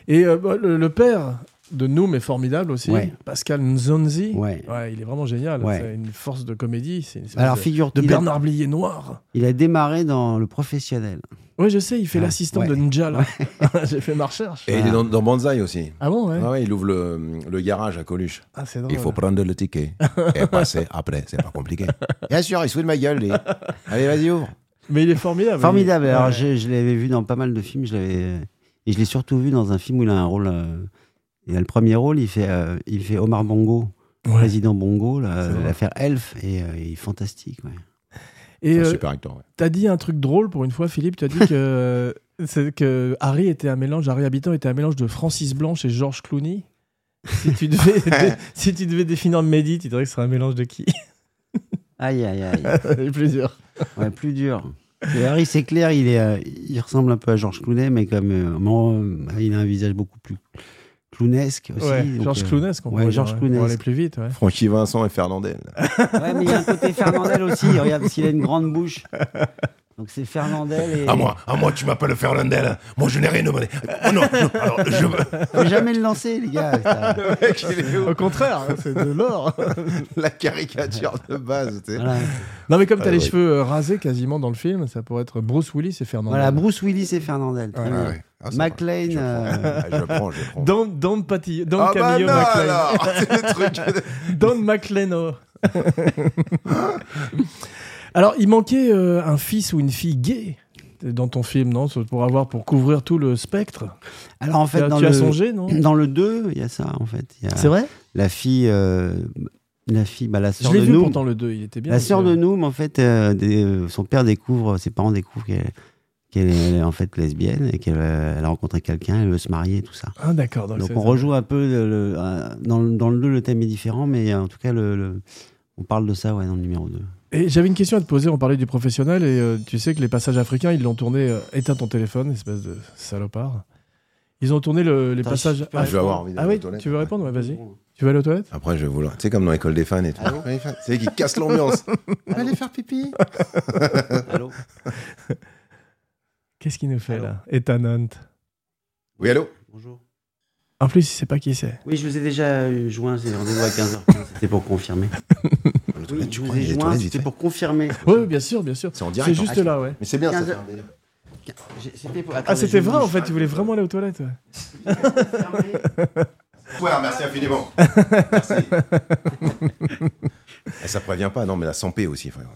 S2: Et euh, bah, le, le père de Noom est formidable aussi.
S3: Ouais.
S2: Pascal Nzonzi.
S3: Ouais.
S2: Ouais, il est vraiment génial.
S3: Ouais.
S2: C'est une force de comédie. Ah, C'est une espèce
S3: Alors
S2: de,
S3: figure
S2: de
S3: il a-
S2: Bernard Blier noir.
S3: il a démarré dans le professionnel.
S2: Ouais, je sais, il fait
S3: Ouais.
S2: l'assistant
S3: Ah, Ouais.
S2: de Ninja là. j'ai fait ma recherche.
S1: Et il est dans, dans Banzai aussi.
S2: Ah bon, ouais.
S1: Ah ouais, il ouvre le, le garage à Coluche.
S2: Ah, c'est drôle.
S1: Il faut prendre le ticket et passer après. C'est pas compliqué. Bien sûr, il se fout de ma gueule. lui. Allez, vas-y, ouvre.
S2: Mais il est formidable.
S3: Formidable.
S2: bah, Il-
S3: Alors,
S2: Ouais.
S3: je, je l'avais vu dans pas mal de films. Je l'avais et je l'ai surtout vu dans un film où il a un rôle. euh, il a le premier rôle. Il fait, euh, il fait Omar Bongo,
S2: Ouais.
S3: président Bongo, là,
S2: C'est vrai.
S3: l'affaire Elf, et euh, il est fantastique. ouais.
S2: Et
S1: C'est un
S2: euh,
S1: super acteur. ouais.
S2: T'as dit un truc drôle pour une fois, Philippe. T'as dit que, c'est que Harry était un mélange, Harry Habitant était un mélange de Francis Blanche et Georges Clooney. Si tu devais, si tu devais définir Mehdi, tu dirais que ce serait un mélange de qui
S3: Aïe, aïe, aïe.
S2: Les plusieurs.
S3: Ouais, plus dur. Et Harry, c'est clair, il, est, euh, il ressemble un peu à Georges Clooney, mais comme euh, bon, euh, il a un visage beaucoup plus clownesque aussi.
S2: Ouais,
S3: donc,
S2: Georges
S3: euh,
S2: Clooney, qu'on
S3: ouais,
S2: pourrait
S3: Georges
S2: dire, euh,
S3: Clooney.
S2: Pour aller plus vite, ouais.
S1: Francky Vincent et Fernandel.
S3: Ouais, mais il y a un côté Fernandel aussi. Regarde, parce qu'il a une grande bouche. Donc c'est Fernandel. Et...
S4: À moi, à moi, tu m'appelles Fernandel. Moi, je n'ai rien demandé. Oh non, non, alors, je...
S3: Faut jamais le lancer, les gars. ça-
S2: Au contraire, hein, c'est de l'or.
S1: La caricature de base. tu sais.
S3: Voilà.
S2: Non, mais comme t'as
S1: Ah,
S2: les
S1: ouais.
S2: cheveux euh, rasés quasiment dans le film, ça pourrait être Bruce Willis et Fernand.
S3: Voilà, Bruce Willis et Fernandel. très
S2: Ouais,
S3: bien.
S1: Ah ouais. Ah, c'est pas-
S3: McLean.
S1: Je
S3: euh,
S1: prends, je prends. Je prends.
S2: Don, Don Pati, Don
S1: ah bah
S2: Camillo
S1: non,
S2: McLean.
S1: alors C'est le truc.
S2: Don McLeno. Alors, il manquait euh, un fils ou une fille gay dans ton film, non Pour avoir, pour couvrir tout le spectre.
S3: Alors en
S2: Tu
S3: fait,
S2: as-
S3: dans
S2: tu
S3: le...
S2: as songé, non
S3: dans le 2, il y a ça en fait. Il y a
S2: vrai
S3: La fille, euh, la fille, bah, la
S2: Je
S3: sœur
S2: l'ai
S3: de
S2: vu
S3: Noom.
S2: pourtant le 2, il était bien.
S3: La
S2: aussi,
S3: sœur de
S2: hein.
S3: Noom, en fait, euh, des- euh, son père découvre, ses parents découvrent qu'elle qu'elle est en fait lesbienne et qu'elle euh, elle a rencontré quelqu'un, elle veut se marier, tout ça.
S2: Ah, d'accord.
S3: Donc
S2: c'est-
S3: on rejoue un peu le- le- euh, dans, le- dans le 2, le thème est différent, mais euh, en tout cas, le, le- on parle de ça ouais, dans le numéro 2.
S2: Et j'avais une question à te poser, on parlait du professionnel, et euh, tu sais que les passages africains, ils l'ont tourné. euh, éteins ton téléphone, espèce de salopard. Ils ont tourné le- les
S3: Attends,
S2: passages.
S3: je peux
S2: Ah,
S1: Je vais avoir envie d'aller
S2: ah oui,
S1: aux toilettes.
S3: hein.
S2: tu veux répondre Ouais, Vas-y. Tu veux aller aux toilettes
S1: Après, je vais vouloir. Tu sais, comme dans l'école des fans et tout.
S3: Allô
S1: Ouais, les fans, C'est qui casse l'ambiance. Allez faire pipi.
S3: Allô
S2: Qu'est-ce qu'il nous fait
S3: Allô
S2: là Étanante.
S1: Oui, allô
S3: Bonjour.
S2: En plus, il sait pas qui c'est.
S3: Oui, je vous ai déjà euh, joint, c'est rendez-vous à 15h15, c'était pour confirmer.
S1: Le
S3: Oui,
S1: toilette,
S3: je
S1: tu
S3: vous
S1: crois, il y
S3: ai
S1: a des
S3: joint,
S1: toilettes vite
S3: c'était
S1: fait.
S3: pour confirmer.
S2: Oui, bien sûr, bien sûr.
S1: C'est en
S2: C'est
S1: direct.
S2: juste
S1: hein.
S2: là, ouais.
S1: Mais c'est bien ça.
S3: 15.
S1: fait un délire.
S3: J'ai- C'était pour...
S2: Ah,
S3: attendez,
S2: c'était
S3: je me
S2: vrai en
S3: mouche.
S2: fait, tu voulais vraiment aller aux toilettes. ouais.
S1: Bonsoir, merci infiniment. Merci. Eh, ça prévient pas, non, mais la 100p aussi. enfin, ouais.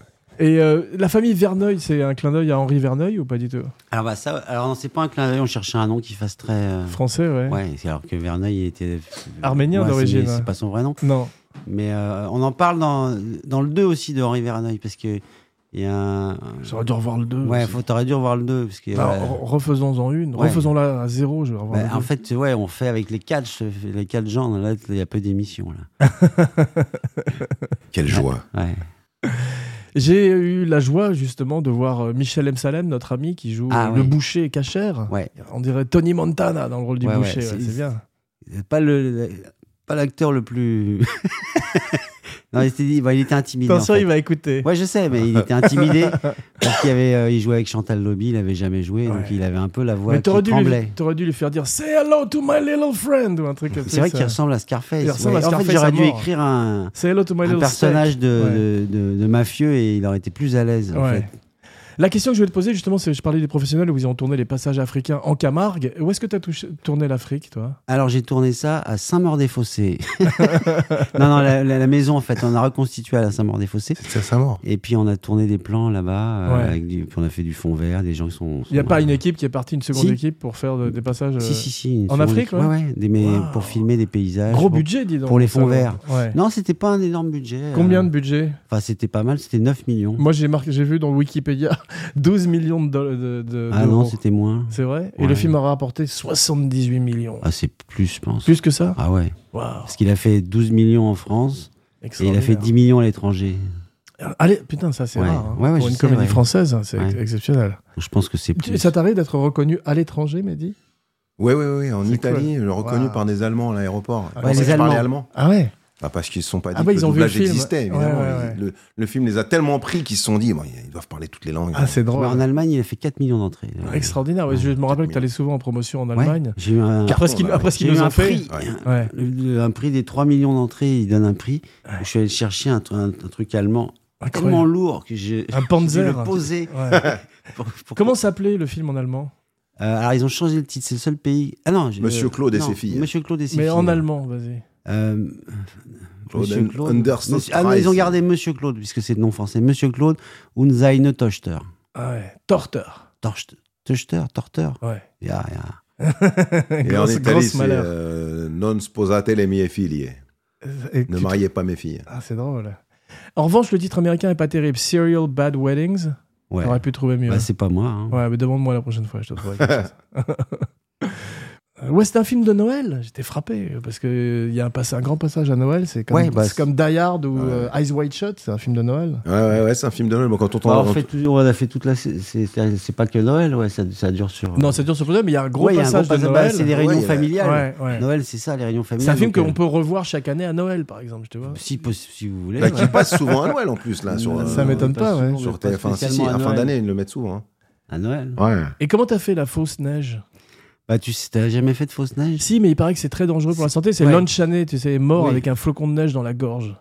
S2: Et euh, la famille Verneuil, c'est un clin d'œil à Henri Verneuil ou pas du tout
S3: Alors, bah, ça, alors non, c'est pas un clin d'œil, on cherchait un nom qui fasse très. euh,
S2: Français, ouais.
S3: Ouais, c'est alors que Verneuil était.
S2: Arménien
S3: Ouais, c'est-
S2: d'origine, ouais.
S3: C'est pas son vrai nom.
S2: Non.
S3: Mais euh, on en parle dans, dans le 2 aussi de Henri Verneuil, parce que. Il y a un.
S2: J'aurais dû revoir le 2.
S3: Ouais, faut, t'aurais dû revoir le 2. Parce que, euh,
S2: bah, Refaisons-en une.
S3: Ouais.
S2: Refaisons-la à zéro. Je vais revoir
S3: bah,
S2: le deux.
S3: en fait, ouais, on fait avec les quatre, les quatre gens. Là, il y a peu d'émissions. Là.
S1: Quelle joie.
S3: Ouais.
S2: J'ai eu la joie justement de voir euh, Michel M. Salem, notre ami qui joue
S3: Ah,
S2: euh, le
S3: ouais.
S2: boucher cachère.
S3: Ouais.
S2: On dirait Tony Montana dans le rôle du
S3: Ouais, ouais,
S2: boucher. ouais,
S3: c'est-
S2: c'est bien.
S3: Pas le, pas l'acteur le plus. non, il était, bah, il était intimidé. en
S2: Attention,
S3: fait.
S2: il va écouter.
S3: Ouais, je sais, mais il était intimidé parce qu'il avait, euh, il jouait avec Chantal Lobby, il avait jamais joué,
S2: Ouais.
S3: donc il avait un peu la voix
S2: Mais
S3: qui
S2: t'aurais dû,
S3: tremblait.
S2: lui, t'aurais dû lui faire dire Say hello to my little friend ou un truc comme ça.
S3: C'est vrai qu'il ressemble à Scarface.
S2: Il ressemble à
S3: Ouais. en
S2: Scarface
S3: fait,
S2: à
S3: j'aurais dû
S2: mort.
S3: écrire un,
S2: Say hello to my
S3: un
S2: little
S3: personnage de,
S2: Ouais.
S3: de- de- de mafieux et il aurait été plus à l'aise.
S2: steak.
S3: en
S2: Ouais.
S3: fait.
S2: La question que je voulais te poser, justement, c'est je parlais des professionnels où ils ont tourné les passages africains en Camargue. Où est-ce que t'as touché- tourné l'Afrique, toi
S3: Alors j'ai tourné ça à Saint-Maur-des-Fossés. non, non, la, la- la maison en fait, on a reconstitué à la Saint-Maur-des-Fossés.
S1: C'est ça, mort.
S3: Et puis on a tourné des plans là-bas, euh,
S2: Ouais.
S3: avec du- puis on a fait du fond vert, des gens qui sont.
S2: Il n'y a
S3: sont-
S2: pas une équipe qui est partie, une seconde
S3: Si.
S2: équipe, pour faire de- des passages. euh,
S3: Si, si, si. une
S2: En
S3: seconde-
S2: Afrique, ouais.
S3: ouais. ouais, des- mais
S2: Waouh.
S3: pour filmer des paysages.
S2: Gros
S3: pour-
S2: budget, dis donc.
S3: pour les
S2: ça,
S3: fonds
S2: ouais.
S3: verts.
S2: Ouais.
S3: Non, c'était pas un énorme budget.
S2: Combien
S3: euh,
S2: de budget
S3: Enfin, c'était pas mal, c'était 9 millions.
S2: Moi, j'ai marqué, j'ai vu dans Wikipédia 12 millions de dollars. De, de-
S3: ah
S2: d'euros.
S3: non, c'était moins.
S2: c'est vrai. Et
S3: Ouais.
S2: le film aura rapporté 78 millions.
S3: Ah, c'est plus, je pense.
S2: Plus que ça
S3: Ah ouais.
S2: Waouh.
S3: Parce qu'il a fait 12 millions en France et il a fait 10 millions à l'étranger.
S2: Euh, Allez, putain, ça c'est
S3: Ouais.
S2: rare. hein.
S3: Ouais, ouais,
S2: Pour
S3: je
S2: une
S3: sais,
S2: comédie
S3: ouais.
S2: française, hein, c'est
S3: Ouais.
S2: ex- exceptionnel.
S3: Donc, Je pense que c'est
S2: Tu-
S3: plus.
S2: Ça t'arrive d'être reconnu à l'étranger, Mehdi
S1: Oui, oui, oui, en
S2: C'est
S1: Italie, le reconnu
S2: Waouh.
S1: par des Allemands à l'aéroport. Ils
S2: Ouais,
S1: pensaient
S3: les
S1: que je parlais
S3: Allemands.
S1: allemand.
S2: Ah ouais
S1: Bah, parce qu'ils se sont pas dit
S2: Ah bah,
S1: que
S2: ils
S1: le
S2: ont vu le
S1: doublage
S2: film.
S1: existait, évidemment.
S2: Ouais, ouais, ouais.
S1: Le, le film les a tellement pris qu'ils se sont dit, bon, ils doivent parler toutes les langues.
S2: Ah, c'est
S3: Ouais,
S2: drôle.
S3: En Allemagne, il a fait 4 millions d'entrées. Euh,
S2: Ah, Extraordinaire. Ouais, je me rappelle que t'allais souvent en promotion en
S3: ouais.
S2: Allemagne.
S3: J'ai eu un,
S2: Après ce qu'ils
S1: Carton,
S2: après ce
S3: j'ai
S2: qu'ils
S3: eu
S2: nous
S3: un
S2: ont fait.
S3: prix.
S1: Ouais.
S2: Ouais.
S3: Le- le- un prix des 3 millions d'entrées, il donne un prix. Je suis allé chercher un, tr- un- un truc allemand tellement
S2: Incroyable.
S3: lourd que j'ai
S2: Un
S3: j'ai dû
S2: Panzer.
S3: le poser.
S2: Ouais.
S3: pour- pour-
S2: Comment s'appelait le film en allemand
S3: Euh, alors, ils ont changé le titre, c'est le seul pays. Ah non, j'ai-
S1: Monsieur Claude et
S3: non,
S1: ses filles.
S3: Monsieur Claude et ses
S2: Mais
S3: filles.
S2: en allemand, vas-y.
S3: Euh,
S1: Claude
S3: Monsieur
S1: and- Understood
S3: Monsieur- ah non,
S1: Price.
S3: ils ont gardé Monsieur Claude, puisque c'est le nom français. Monsieur Claude und seine Tochter.
S2: Ah ouais. Torter.
S3: Torch- Tochter, Torter.
S2: Ouais.
S3: Ya, ya.
S1: Et
S2: Ah, Grosse-
S1: en Italie,
S2: grosse
S1: c'est
S2: malheur.
S1: euh, non sposate le mie figlie.
S3: euh,
S2: Et
S1: Ne
S2: tu-
S1: mariez pas mes filles.
S2: Ah, c'est drôle. En revanche, le titre américain est pas terrible. Serial Bad Weddings.
S3: Ouais.
S2: T'aurais pu trouver mieux.
S3: Bah, c'est pas moi. hein.
S2: ouais, mais demande-moi la prochaine fois, je te trouverai quelque chose. Euh, Ouais, c'est un film de Noël. J'étais frappé parce que il y a un, pass- un grand passage à Noël. C'est comme,
S3: Ouais, bah,
S2: c'est comme Die Hard ou
S1: Ouais.
S2: euh, Eyes Wide Shut. C'est un film de Noël.
S1: Ouais, ouais, ouais, c'est un film de Noël. Bon, quand on
S3: Bah,
S1: t'en-
S3: on, fait tout- on a fait toute la. C'est c'est- c'est pas que Noël, ouais, ça, ça dure sur. euh,
S2: Non, c'est dur sur projet, mais il y a un gros
S3: Ouais, il y a un
S2: passage
S3: gros
S2: de
S3: passage- bah,
S2: Noël.
S3: C'est les
S1: Ouais,
S3: réunions
S1: il y a-
S3: familiales.
S2: Ouais, ouais.
S3: Noël, c'est ça, les réunions
S2: C'est
S3: familiales.
S2: un film
S3: donc,
S2: qu'on
S3: euh,
S2: peut revoir chaque année à Noël, par exemple. Je te vois.
S3: Si, pos- si vous voulez.
S1: Bah,
S3: ouais.
S1: qui passe souvent à Noël en plus, là, sur,
S3: Euh,
S2: Ça
S1: euh,
S2: m'étonne pas, ouais.
S3: souvent,
S1: sur
S3: mais pas
S1: TF1. Si, si,
S3: spécialement
S1: à fin
S3: Noël.
S1: d'année, ils le mettent souvent. hein.
S3: À Noël.
S1: Ouais.
S2: Et comment t'as fait la fausse neige
S3: Bah, tu sais, t'as jamais fait de fausse neige
S2: Si, mais il paraît que c'est très dangereux pour la santé. C'est
S3: Ouais.
S2: Lon Chaney, tu sais, est mort
S3: Oui.
S2: avec un flocon de neige dans la gorge,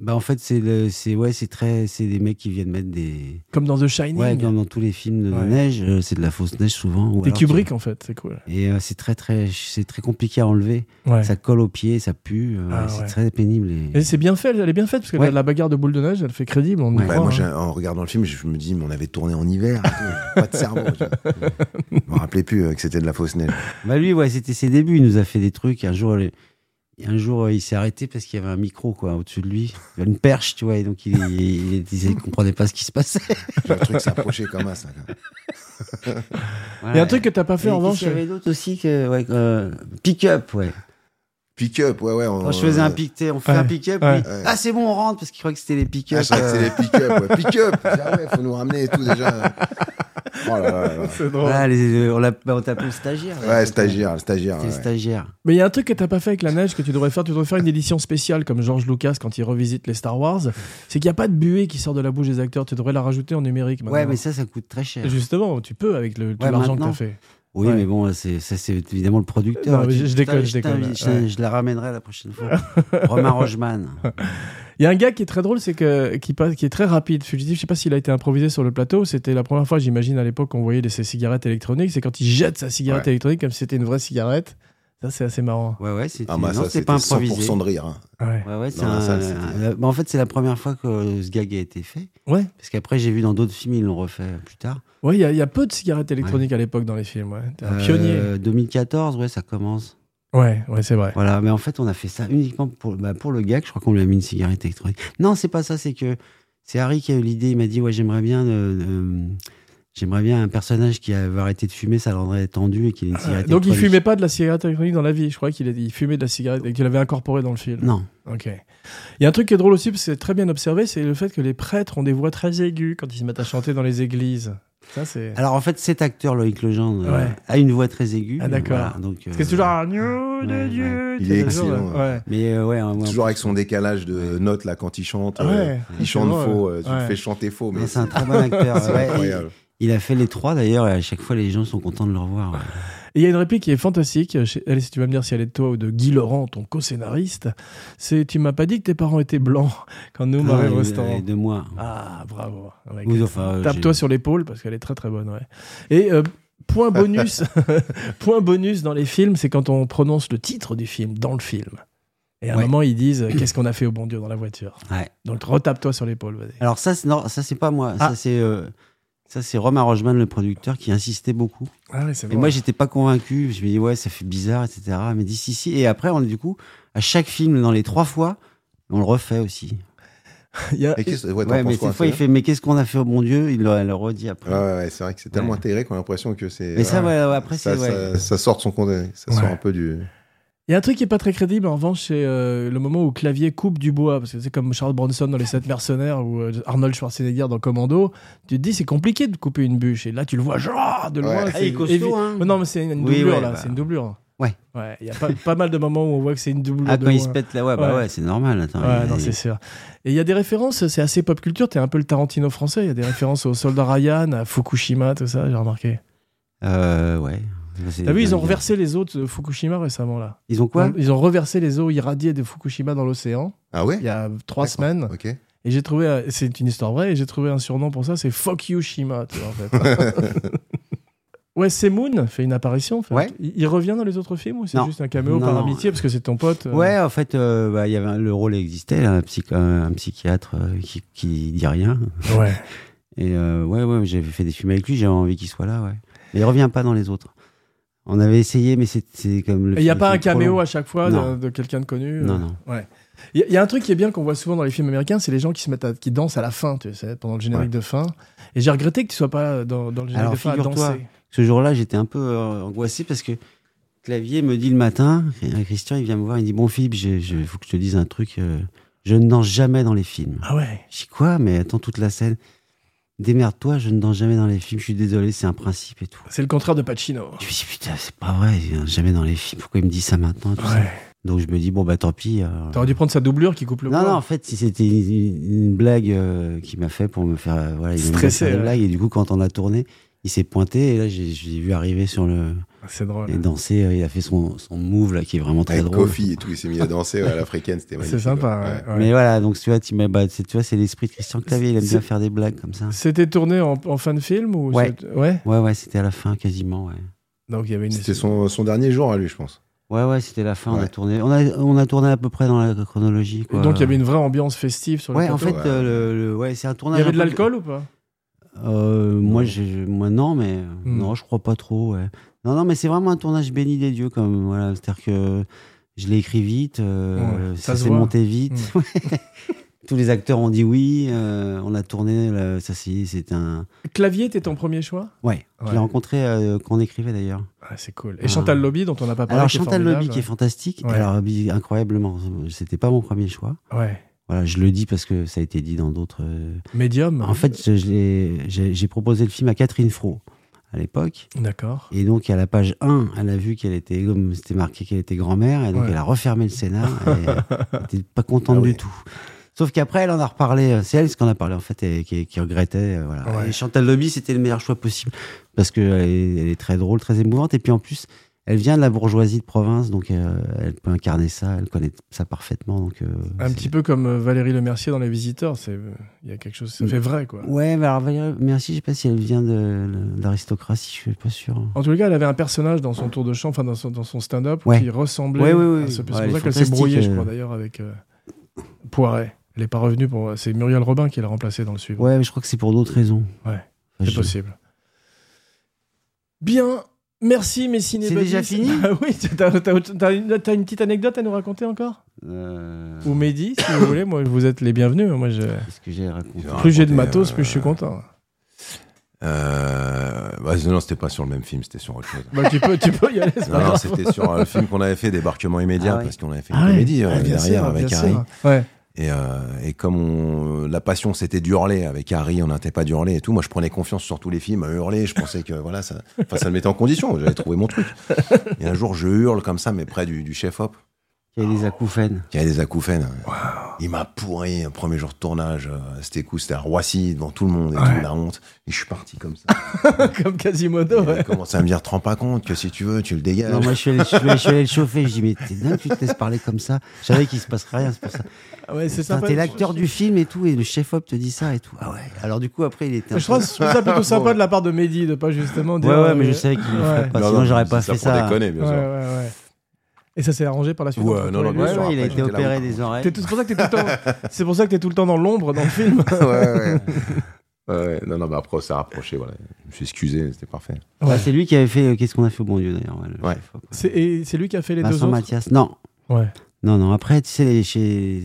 S3: Bah en fait c'est le- c'est ouais c'est très c'est des mecs qui viennent mettre des
S2: comme dans The Shining.
S3: ouais comme dans tous les films de, de
S2: Ouais.
S3: neige euh, c'est de la fausse neige souvent ou
S2: Des
S3: alors
S2: Kubrick, en fait, c'est cool.
S3: tu- et euh, c'est très très c'est très compliqué à enlever
S2: Ouais.
S3: ça colle aux pieds ça pue euh,
S2: Ah,
S3: c'est
S2: ouais.
S3: très pénible et...
S2: Et c'est bien fait, elle est bien faite, parce que
S3: Ouais.
S2: la bagarre de boule de neige, elle fait crédible, on y
S3: Ouais.
S1: Bah,
S2: croit,
S1: moi,
S2: hein.
S1: j'ai- en regardant le film, je me dis, mais on avait tourné en hiver, et tout, pas de cerveau. tu vois. je me rappelais plus euh, que c'était de la fausse neige.
S3: bah lui ouais c'était ses débuts il nous a fait des trucs un jour le- un jour euh, il s'est arrêté parce qu'il y avait un micro quoi au-dessus de lui une perche tu vois et donc il il, il, il comprenait pas ce qui se passait
S1: Le truc s'approchait comme ça. quoi.
S2: Il y a un truc que t'as pas fait en revanche. euh,
S3: il y avait d'autres aussi que ouais, euh, pick up ouais
S1: Pick-up, ouais, ouais. on-
S3: Quand je faisais un pick, tu sais, on fait
S2: Ouais.
S3: un pick-up.
S2: Ouais.
S3: lui,
S1: Ouais.
S3: Ah, c'est bon, on rentre parce qu'il croyait que c'était les
S1: Ah,
S3: pick-up.
S1: c'est vrai que c'est
S3: euh,
S1: les pick-up. ouais. Pick-up Ah ouais, faut nous ramener et tout déjà. Oh là là là.
S2: C'est drôle.
S3: voilà, les- euh, on l'a bah, on t'appelait le stagiaire. là.
S1: Ouais, stagiaire, le stagiaire.
S3: C'était le
S1: ouais.
S3: stagiaire.
S2: Mais il y a un truc que t'as pas fait avec la neige que tu devrais faire. Tu devrais faire une édition spéciale comme George Lucas quand il revisite les Star Wars. C'est qu'il n'y a pas de buée qui sort de la bouche des acteurs. Tu devrais la rajouter en numérique maintenant.
S3: Ouais, mais ça, ça coûte très cher.
S2: Justement, tu peux avec le, tout
S3: Ouais,
S2: l'argent que
S3: maintenant.
S2: t'as fait.
S3: Oui,
S2: Ouais.
S3: mais bon, c'est, ça, c'est évidemment le producteur.
S2: Non, mais je- je
S3: Putain,
S2: déconne, je
S3: putain,
S2: déconne.
S3: Je, je la ramènerai la prochaine fois. Romain Rogeman.
S2: Il y a un gars qui est très drôle, c'est que qui, passe, qui est très rapide. Fugitif, je sais pas s'il a été improvisé sur le plateau. C'était la première fois, j'imagine, à l'époque qu'on voyait les- ces cigarettes électroniques. C'est quand il jette sa cigarette
S1: Ouais.
S2: électronique comme si c'était une vraie cigarette. Ça, c'est assez marrant.
S3: Ouais, ouais, c'était,
S1: Ah, bah,
S3: non,
S1: ça,
S3: c'est
S1: c'était
S3: pas improvisé.
S1: 100% de rire. hein.
S2: Ouais.
S3: Ouais, ouais, c'est
S1: Dans la
S3: un-
S1: salle, c'était-
S3: un- bah, en fait, c'est la première fois que euh, ce gag a été fait.
S2: Ouais.
S3: Parce qu'après, j'ai vu dans d'autres films, ils l'ont refait plus tard.
S2: Ouais, il y, a- il y a peu de cigarettes électroniques à l'époque dans les films. Ouais. T'es un pionnier.
S3: Euh, 2014, ouais, ça commence.
S2: Ouais, ouais, c'est vrai.
S3: Voilà, mais en fait, on a fait ça uniquement pour, bah, pour le gag. Je crois qu'on lui a mis une cigarette électronique. Non, c'est pas ça, c'est que c'est Harry qui a eu l'idée. Il m'a dit Ouais, j'aimerais bien. euh, euh, J'aimerais bien un personnage qui avait arrêté de fumer, ça le rendrait tendu et qu'il ait une cigarette
S2: Euh, Donc il
S3: électronique.
S2: fumait pas de la cigarette électronique dans la vie. Je crois qu'il est- il fumait de la cigarette et qu'il l'avait incorporé dans le film.
S3: Non.
S2: Ok. Il y a un truc qui est drôle aussi, parce que c'est très bien observé, c'est le fait que les prêtres ont des voix très aiguës quand ils se mettent à chanter dans les églises. Ça, c'est.
S3: Alors en fait, cet acteur, Loïc Lejean, euh,
S2: Ouais.
S3: a une voix très aiguë.
S2: Ah, d'accord.
S3: Voilà, donc,
S2: Parce que
S3: euh,
S2: c'est toujours un agneau de
S3: ouais,
S2: Dieu.
S1: Il
S2: tu
S1: est
S2: sais, toujours,
S1: excellent,
S2: euh,
S3: Mais euh, ouais, hein, moi,
S1: Toujours avec son décalage de notes, là, quand il chante.
S2: Ouais.
S1: euh,
S2: Ah Ouais.
S1: il chante
S2: drôle.
S1: faux. euh, tu le
S2: Ouais.
S1: fais chanter faux, mais
S3: non, c'est un très bon acteur.
S1: c'est
S3: ouais.
S1: incroyable.
S3: Il a fait les trois d'ailleurs, et à chaque fois les gens sont contents de le revoir. ouais.
S2: Et il y a une réplique qui est fantastique. euh, chez- Allez, si tu vas me dire si elle est de toi ou de Guy Laurent, ton co-scénariste, c'est Tu m'as pas dit que tes parents étaient blancs quand nous, on
S3: Ah,
S2: m'avait
S3: et-
S2: au
S3: et
S2: restaurant.
S3: de moi.
S2: Ah, bravo. Ouais,
S3: Ou, enfin, euh,
S2: Tape-toi
S3: j'ai-
S2: sur l'épaule parce qu'elle est très très bonne. Ouais. Et euh, point bonus, point bonus dans les films, c'est quand on prononce le titre du film dans le film. Et à un
S3: Ouais.
S2: moment, ils disent euh, Qu'est-ce qu'on a fait au bon Dieu dans la voiture
S3: Ouais.
S2: Donc retape-toi sur l'épaule, vas-y.
S3: Alors ça, c'est- non, ça c'est pas moi.
S2: Ah.
S3: Ça c'est euh, ça c'est Romain Rogeman, le producteur, qui insistait beaucoup.
S2: Ah, ouais, c'est
S3: Et moi j'étais pas convaincu. Je me dis ouais, ça fait bizarre, etc. Mais dit si si. Et après, on du coup à chaque film dans les trois fois, on le refait aussi.
S2: Il y a-
S1: Et qu'est-ce- ouais, t'en
S3: Ouais, mais
S1: penses quoi,
S3: cette fois il
S1: Fred
S3: fait mais qu'est-ce qu'on a fait au bon Dieu Il le, elle le redit après.
S1: Ouais, ouais, ouais, c'est vrai que c'est tellement
S3: Ouais.
S1: intégré qu'on a l'impression que c'est.
S3: mais ça
S1: ouais,
S3: ouais, ouais, après c'est
S1: ça,
S3: ouais.
S1: ça- ça sort de son compte. Ça
S2: Ouais.
S1: sort un peu du.
S2: il y a un truc qui est pas très crédible en revanche, c'est euh, le moment où Clavier coupe du bois. Parce que c'est comme Charles Bronson dans Les Sept Mercenaires ou euh, Arnold Schwarzenegger dans Commando. Tu te dis, c'est compliqué de couper une bûche. Et là, tu le vois, genre, de loin.
S1: Ouais.
S2: c'est
S3: Ah, il est
S2: évi-
S3: costaud,
S1: Oh,
S3: hein.
S2: Mais non, mais c'est une
S3: Oui,
S2: doublure,
S3: ouais,
S2: là.
S3: bah.
S2: C'est une doublure.
S3: Ouais.
S2: Ouais, il y a pas, pas mal de moments où on voit que c'est une doublure.
S3: Ah
S2: de
S3: quand il se
S2: loin.
S3: pète là, ouais, bah
S2: Ouais.
S3: ouais, c'est normal. Attends,
S2: Ouais,
S3: il-
S2: non,
S3: il-
S2: c'est sûr. Et il y a des références, c'est assez pop culture, t'es un peu le Tarantino français, il y a des références au soldat Ryan, à Fukushima, tout ça, j'ai remarqué.
S3: Euh, ouais.
S2: T'as vu, ils ont reversé Hein les eaux de Fukushima récemment, là.
S3: Ils ont hein. quoi
S2: ils ont reversé les eaux irradiées de Fukushima dans l'océan,
S1: Ah ouais
S2: il y a trois
S1: D'accord.
S2: semaines,
S1: Ok.
S2: et j'ai trouvé, euh, c'est une histoire vraie, et j'ai trouvé un surnom pour ça, c'est Fuck You Shima, tu vois, en fait. Ouais, Semoun fait une apparition. fait-
S3: Ouais.
S2: Il il revient dans les autres films ou c'est
S3: Non.
S2: juste un caméo
S3: Non,
S2: par
S3: non.
S2: amitié parce que c'est ton pote euh,
S3: Ouais, en fait, euh, bah, il y avait un- le rôle existait, là, un, psych- un psychiatre euh, qui, qui dit rien.
S2: ouais.
S3: Et euh, ouais, ouais, j'avais fait des films avec lui, j'avais envie qu'il soit là, ouais. Mais il revient pas dans les autres. On avait essayé, mais c'est c'est comme le.
S2: Et il n'y a
S3: le
S2: pas un
S3: film trop
S2: caméo
S3: long.
S2: à chaque fois
S3: Non.
S2: de, de quelqu'un de connu euh,
S3: Non, non.
S2: Il y, a- il y a un truc qui est bien qu'on voit souvent dans les films américains, c'est les gens qui se mettent à, qui dansent à la fin, tu sais, pendant le générique
S1: Ouais.
S2: de fin. Et j'ai regretté que tu sois pas dans, dans le générique
S3: Alors,
S2: de fin à
S3: figure-toi.
S2: danser.
S3: Ce jour-là, j'étais un peu euh, angoissé parce que Clavier me dit le matin, euh, Christian, il vient me voir, il dit Bon, Philippe, il faut que je te dise un truc. euh, je ne danse jamais dans les films.
S2: Ah ouais.
S3: Je dis quoi Mais attends, toute la scène. Démerde-toi, je ne danse jamais dans les films, je suis désolé, c'est un principe et tout.
S2: C'est le contraire de Pacino.
S3: Je me dis, putain, c'est pas vrai, il vient jamais dans les films, pourquoi il me dit ça maintenant et tout ça. Donc je me dis, bon, bah tant pis. alors.
S2: T'aurais dû prendre sa doublure qui coupe le
S3: Non,
S2: bois.
S3: non, en fait, si c'était une, une blague euh, qu'il m'a fait pour me faire. euh, voilà, il m'a
S2: Stressé,
S3: fait une
S2: ouais.
S3: blague, et du coup, quand on a tourné, il s'est pointé, et là, j'ai j'ai vu arriver sur le.
S2: C'est drôle.
S3: Et danser, euh, il a fait son, son move, là, qui est vraiment très
S1: Avec
S3: drôle.
S1: Kofi et tout, il s'est mis à danser ouais, à l'africaine, c'était magnifique.
S2: C'est sympa.
S1: ouais.
S2: ouais, ouais.
S3: Mais voilà, donc tu vois, tu m'as- bah, c'est- tu vois, c'est l'esprit de Christian Clavier, il aime
S2: C'est-
S3: bien faire des blagues comme ça.
S2: C'était tourné en, en fin de film ou
S3: Ouais.
S2: c'est- ouais.
S3: Ouais, ouais, c'était à la fin, quasiment, ouais.
S2: Donc il y avait une.
S1: C'était son, son dernier jour à lui, je pense.
S3: Ouais, ouais, c'était la fin, on a
S1: Ouais.
S3: tourné. On a, on a tourné à peu près dans la chronologie. Quoi.
S2: Donc il y avait une vraie ambiance festive sur le
S3: Ouais, en
S2: plateau.
S3: fait,
S1: ouais.
S3: euh, le, le- ouais, c'est un
S2: Il
S3: tournage.
S2: y avait de
S3: un peu-
S2: l'alcool ou pas
S3: Euh, moi, j'ai- je- moi, non, mais euh,
S2: Hmm.
S3: non, je crois pas trop. ouais. Non, non, mais c'est vraiment un tournage béni des dieux, comme voilà. C'est-à-dire que je l'ai écrit vite, euh,
S2: Ouais, ça
S3: ça
S2: se
S3: s'est
S2: voit. Hmm.
S3: monté vite. Tous les acteurs ont dit oui. euh, on a tourné. là, ça, c'est c'est un.
S2: Clavier était ton premier choix
S3: Ouais. Je
S2: Ouais.
S3: l'ai rencontré euh, quand on écrivait d'ailleurs.
S2: ah, C'est cool. Et
S3: Ah.
S2: Chantal Lobby dont on n'a pas parlé.
S3: Alors
S2: qui est
S3: Chantal
S2: formidable.
S3: Lobby qui est fantastique.
S2: Ouais.
S3: Alors bi- incroyablement, c'était pas mon premier choix.
S2: Ouais.
S3: Voilà, je le dis parce que ça a été dit dans d'autres. euh,
S2: Medium.
S3: En fait, je- je l'ai- j'ai j'ai proposé le film à Catherine Fro à l'époque.
S2: D'accord.
S3: Et donc, à la page 1, elle a vu qu'elle était, comme c'était marqué, qu'elle était grand-mère. Et donc,
S2: Ouais.
S3: elle a refermé le scénar. et elle n'était pas contente
S1: Ah oui.
S3: du tout. Sauf qu'après, elle en a reparlé. euh, C'est elle ce qu'on a parlé en fait, et qui, qui regrettait. euh, voilà.
S2: Ouais.
S3: Et Chantal Lobby, c'était le meilleur choix possible parce que elle est, elle est très drôle, très émouvante, et puis en plus, elle vient de la bourgeoisie de province, donc euh, elle peut incarner ça. Elle connaît ça parfaitement, donc. euh,
S2: Un
S3: c'est-
S2: petit peu comme euh, Valérie Le Mercier dans Les Visiteurs, c'est euh, il y a quelque chose,
S3: Mm.
S2: ça fait vrai quoi.
S3: Ouais, mais alors Valérie, merci. Je sais pas si elle vient de, de l'aristocratie. Je suis pas sûr.
S2: En tout cas, elle avait un personnage dans son tour de chant, enfin dans son, dans son stand-up,
S3: Ouais.
S2: qui ressemblait
S3: Ouais, ouais, ouais.
S2: à ce C'est
S3: Ouais, elle
S2: pour
S3: est
S2: ça qu'elle s'est brouillée, je
S3: fantastique,
S2: crois,
S3: euh.
S2: d'ailleurs, avec euh, Poiret. Elle n'est pas revenue pour. C'est Muriel Robin qui l'a remplacée dans le suivant.
S3: Ouais, mais je crois que c'est pour d'autres raisons.
S2: Ouais,
S3: Enfin,
S2: C'est
S3: je-
S2: possible. Bien. Merci, mes ciné
S3: C'est déjà
S2: buddies.
S3: fini
S2: Ah Oui, t'as t'as- t'as une t'as une petite anecdote à nous raconter encore
S3: Euh,
S2: Ou Mehdi, si vous voulez. Moi, vous êtes les bienvenus. Moi, je...
S3: Qu'est-ce que j'ai raconté
S1: Genre.
S2: Plus j'ai de
S1: raconter,
S2: matos,
S1: euh,
S2: plus je suis content.
S1: Euh, bah, non, c'était pas sur le même film, c'était sur autre chose.
S2: Bah, tu, peux, tu peux y aller, c'est pas
S1: Non, non,
S2: grave.
S1: c'était sur euh, le film qu'on avait fait, Débarquement immédiat,
S3: Ah ouais.
S1: parce qu'on avait fait une
S2: Ah ouais.
S1: comédie euh,
S2: Ah, bien
S1: derrière
S2: sûr,
S1: avec
S2: bien
S1: Harry.
S2: sûr. Ouais.
S1: Et, euh, et comme on- la passion c'était d'hurler avec Harry, on n'arrêtait pas d'hurler et tout. Moi, je prenais confiance sur tous les films à hurler. Je pensais que voilà, ça, enfin, ça me mettait en condition. J'avais trouvé mon truc. Et un jour, je hurle comme ça, mais près du, du chef hop,
S3: Il y a des acouphènes.
S1: qui avait des acouphènes. Il m'a pourri un premier jour de tournage. euh, C'était coup, c'était à Roissy devant tout le monde et tout, la honte. Et je suis parti comme ça.
S3: Ah,
S2: Comme
S1: Et
S2: Quasimodo,
S1: Il
S2: ouais.
S1: a commencé à me dire, te rends pas compte que si tu veux, tu le dégages.
S3: Non, moi, je suis, allé, je suis- je suis allé le chauffer. Je dis, mais t'es dingue, tu te laisses parler comme ça. Je savais qu'il se passerait rien, c'est pour ça.
S2: Ah ouais, c'est
S3: Putain,
S2: sympa.
S3: T'es l'acteur du film et tout, et le chef-op te dit ça et tout. Ah ouais. Alors, du coup, après, il était un
S2: Je trouve
S3: peu-
S2: je trouve ça plutôt sympa de la part de Mehdi de pas justement
S3: Ouais,
S2: dire.
S3: ouais,
S2: euh,
S3: mais je savais qu'il le
S2: Ouais.
S3: ferait pas.
S1: Non,
S3: Sinon,
S1: non,
S3: j'aurais
S1: c'est
S3: pas fait
S1: pour
S3: ça.
S1: déconner, bien
S2: Ouais,
S1: sûr.
S2: ouais, ouais. Et ça s'est arrangé par la suite. hein,
S1: Ouais,
S2: entre
S1: non,
S2: toi
S1: non,
S2: et lui,
S1: bien
S3: Ouais,
S1: sûr,
S2: alors.
S3: ouais, il a
S1: après,
S3: été
S1: j'étais là,
S3: opéré
S1: oui.
S3: des
S2: T'es
S3: oreilles.
S2: tout- C'est pour ça que t'es tout le temps. C'est pour ça que t'es tout le temps dans l'ombre dans le film.
S1: ouais, ouais. Ouais, non, non, mais après, ça a rapproché. Voilà. Je me suis excusé, c'était parfait.
S3: Bah, c'est lui qui avait fait euh, Qu'est-ce qu'on a fait au bon Dieu d'ailleurs ouais, le
S1: Ouais.
S3: chef-op.
S2: C'est- Et c'est lui qui a fait les deux
S3: Vincent
S2: autres.
S3: Mathias. Non,
S2: Ouais.
S3: non, non. Après, tu sais, les, chez,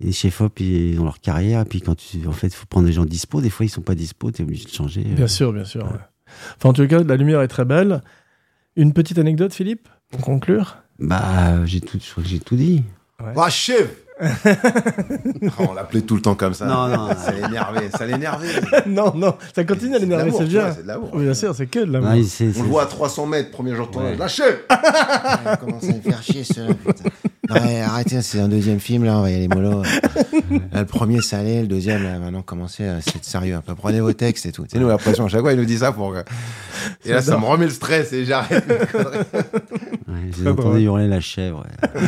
S3: les chefs-op, ils ont leur carrière. Et puis, quand tu. En fait, il faut prendre des gens dispo. Des fois, ils sont pas dispo. T'es obligé de changer. euh.
S2: Bien sûr, bien sûr. ouais. Enfin, en tout cas, la lumière est très belle. Une petite anecdote, Philippe, pour conclure.
S3: Bah, euh, j'ai tout, je crois que j'ai tout dit.
S1: Ah, chef On l'appelait tout le temps comme ça.
S3: Non, non, non.
S1: Ça l'énervait, ça l'énervait.
S2: non, non, ça continue à
S1: C'est de
S2: l'énerver,
S1: l'amour,
S2: c'est
S1: tu
S2: bien.
S1: vois, C'est de l'amour.
S2: Oui, bien sûr, c'est que de l'amour.
S3: Non, il- c'est-
S1: On
S3: c'est-
S1: le voit à 300 mètres, premier jour de tournage.
S3: Ouais.
S1: Lâchez
S5: Ah, il commence à me faire chier, ceux-là, putain. Non, mais arrêtez, c'est un deuxième film, là, on va y aller mollo. Là, le premier, ça allait, le deuxième, là, maintenant, commencez, à- c'est sérieux. un peu. Prenez vos textes et tout. tu
S1: C'est
S5: sais.
S1: nous la pression. À chaque fois, il nous dit ça pour. que- Et là, ça me remet le stress et j'arrête.
S3: Ouais, je
S2: Très
S3: les entendais
S2: drôle.
S3: hurler la chèvre. ouais.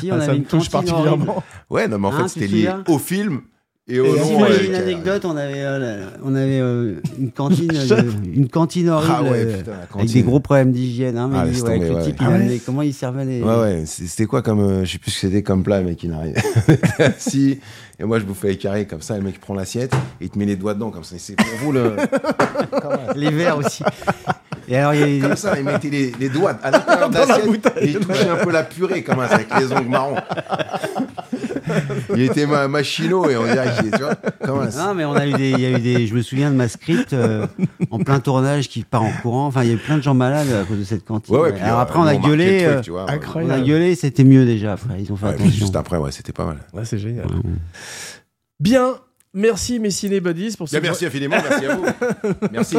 S3: si, on
S2: Ah, ça
S3: avait
S2: me
S3: une
S2: touche
S3: cantine horrible.
S2: particulièrement.
S1: Ouais, non, mais en
S3: Hein,
S1: fait,
S3: tu
S1: c'était
S3: te
S1: lié
S3: souviens
S1: au film et
S2: Et
S1: au
S2: à
S1: nom.
S3: Si, on
S2: ouais,
S3: avait une
S1: avec-
S3: anecdote, on avait, euh, la- on avait euh, une cantine, euh, une cantine horrible,
S1: Ah ouais,
S3: euh,
S1: putain, la
S3: avec
S1: cantine.
S3: des gros problèmes d'hygiène. Hein, mais
S1: Ah,
S3: lui,
S1: laisse
S3: ouais, avec
S1: tomber,
S3: le
S1: ouais.
S3: type,
S2: Ah
S3: il
S2: ouais.
S3: amenait- comment il servait les.
S1: Ouais, ouais, c'est- c'était quoi comme. euh, je sais plus ce que c'était comme plat, le mec, il arrive. si, et moi je bouffais écarré comme ça, le mec prend l'assiette et il te met les doigts dedans, comme ça. C'est pour vous le.
S3: Les verres aussi. Et alors, il y a-
S1: Comme ça, il mettait les, les doigts à l'intérieur de
S2: Dans la
S1: l'assiette
S2: bouteille.
S1: et il touchait un peu la purée, comme ça, avec les ongles marrons. Il était ma- machino et on dirait qu'il est, tu vois, comme ça.
S3: Non, mais on a eu des, il y a eu des, je me souviens de ma script euh, en plein tournage qui part en courant. Enfin, il y a eu plein de gens malades à cause de cette cantine.
S1: Ouais, ouais, puis,
S3: Alors
S1: euh,
S3: après, on
S1: nous,
S3: a
S1: marquait le
S3: gueulé.
S1: truc,
S3: euh,
S1: tu vois,
S2: incroyable.
S3: on a gueulé, c'était mieux déjà après. Ils ont fait
S1: Ouais, puis
S3: attention.
S1: juste après, ouais, c'était pas mal.
S2: Ouais, c'est génial.
S3: Ouais.
S2: Bien. Merci mes cinébuddies pour ce,
S1: Bien, merci infiniment, merci à vous. Merci.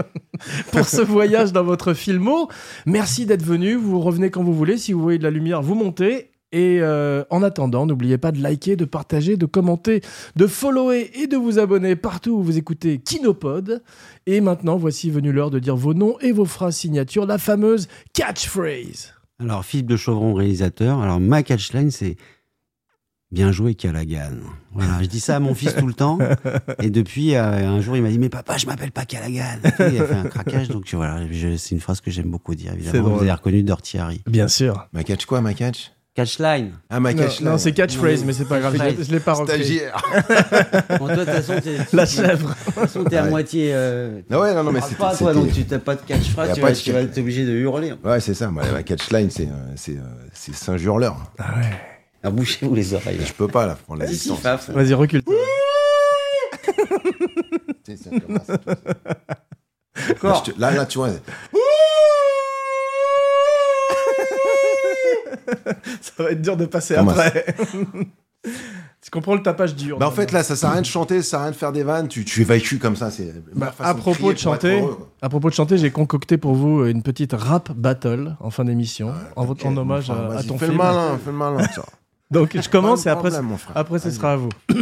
S2: pour ce voyage dans votre filmo. Merci d'être venu. Vous revenez quand vous voulez. Si vous voyez de la lumière, vous montez. Et euh, en attendant, n'oubliez pas de liker, de partager, de commenter, de follower et de vous abonner partout où vous écoutez Kinopod. Et maintenant, voici venue l'heure de dire vos noms et vos phrases signatures, la fameuse catchphrase.
S3: Alors, Philippe de Chauvron, réalisateur. Alors, ma catchline, c'est Bien joué, Callaghan. Voilà, je dis ça à mon fils tout le temps. Et depuis, euh, un jour, il m'a dit Mais papa, je m'appelle pas Callaghan. Et tout, Il a fait un craquage. Donc, voilà, je- c'est une phrase que j'aime beaucoup dire,
S2: C'est
S3: évidemment.
S2: drôle.
S3: Vous avez reconnu Dirty Harry.
S2: Bien sûr.
S1: Ma catch quoi, ma catch
S3: Catchline.
S1: Ah, ma
S2: Non,
S1: catch
S2: non, c'est catchphrase,
S3: Non.
S2: mais c'est pas grave. Je l'ai- Je l'ai pas repris.
S1: Stagiaire.
S3: Bon, toi, de toute façon, t'es-
S2: La chèvre.
S3: De toute façon, t'es à
S1: Ouais.
S3: moitié. euh,
S1: Ah ouais, non, non, mais
S3: parles
S1: c'était-
S3: pas, toi,
S1: c'était-
S3: donc tu t'as pas de
S1: Y a
S3: catchphrase, tu
S1: pas
S3: vas,
S1: de
S3: tu vas être obligé de hurler.
S1: Ouais, c'est ça. Moi, ma catchline, c'est euh, c'est euh, c'est Saint-Jurleur. Ah,
S3: Alors, bouchez-vous les oreilles.
S1: Je peux pas, là, prendre la
S3: Si, si,
S1: distance.
S3: Faf.
S2: Vas-y, recule.
S1: Tu sais, ça commence, tu vois.
S3: Encore.
S1: Je te- Là, là, tu vois.
S2: Ça va être dur de passer
S1: Thomas.
S2: après. tu comprends le tapage dur.
S1: Bah, en fait, là, ça sert à rien de chanter, ça sert à rien de faire des vannes. Tu, tu évacues comme ça. C'est
S2: Bah, à propos de chanter, à propos de chanter, j'ai concocté pour vous une petite rap battle en fin d'émission en, votre- en hommage à, à ton
S1: Fais le
S2: film.
S1: malin, fais le malin. tu vois.
S2: Donc je commence et après,
S1: Problème, mon frère.
S2: après ce sera à vous.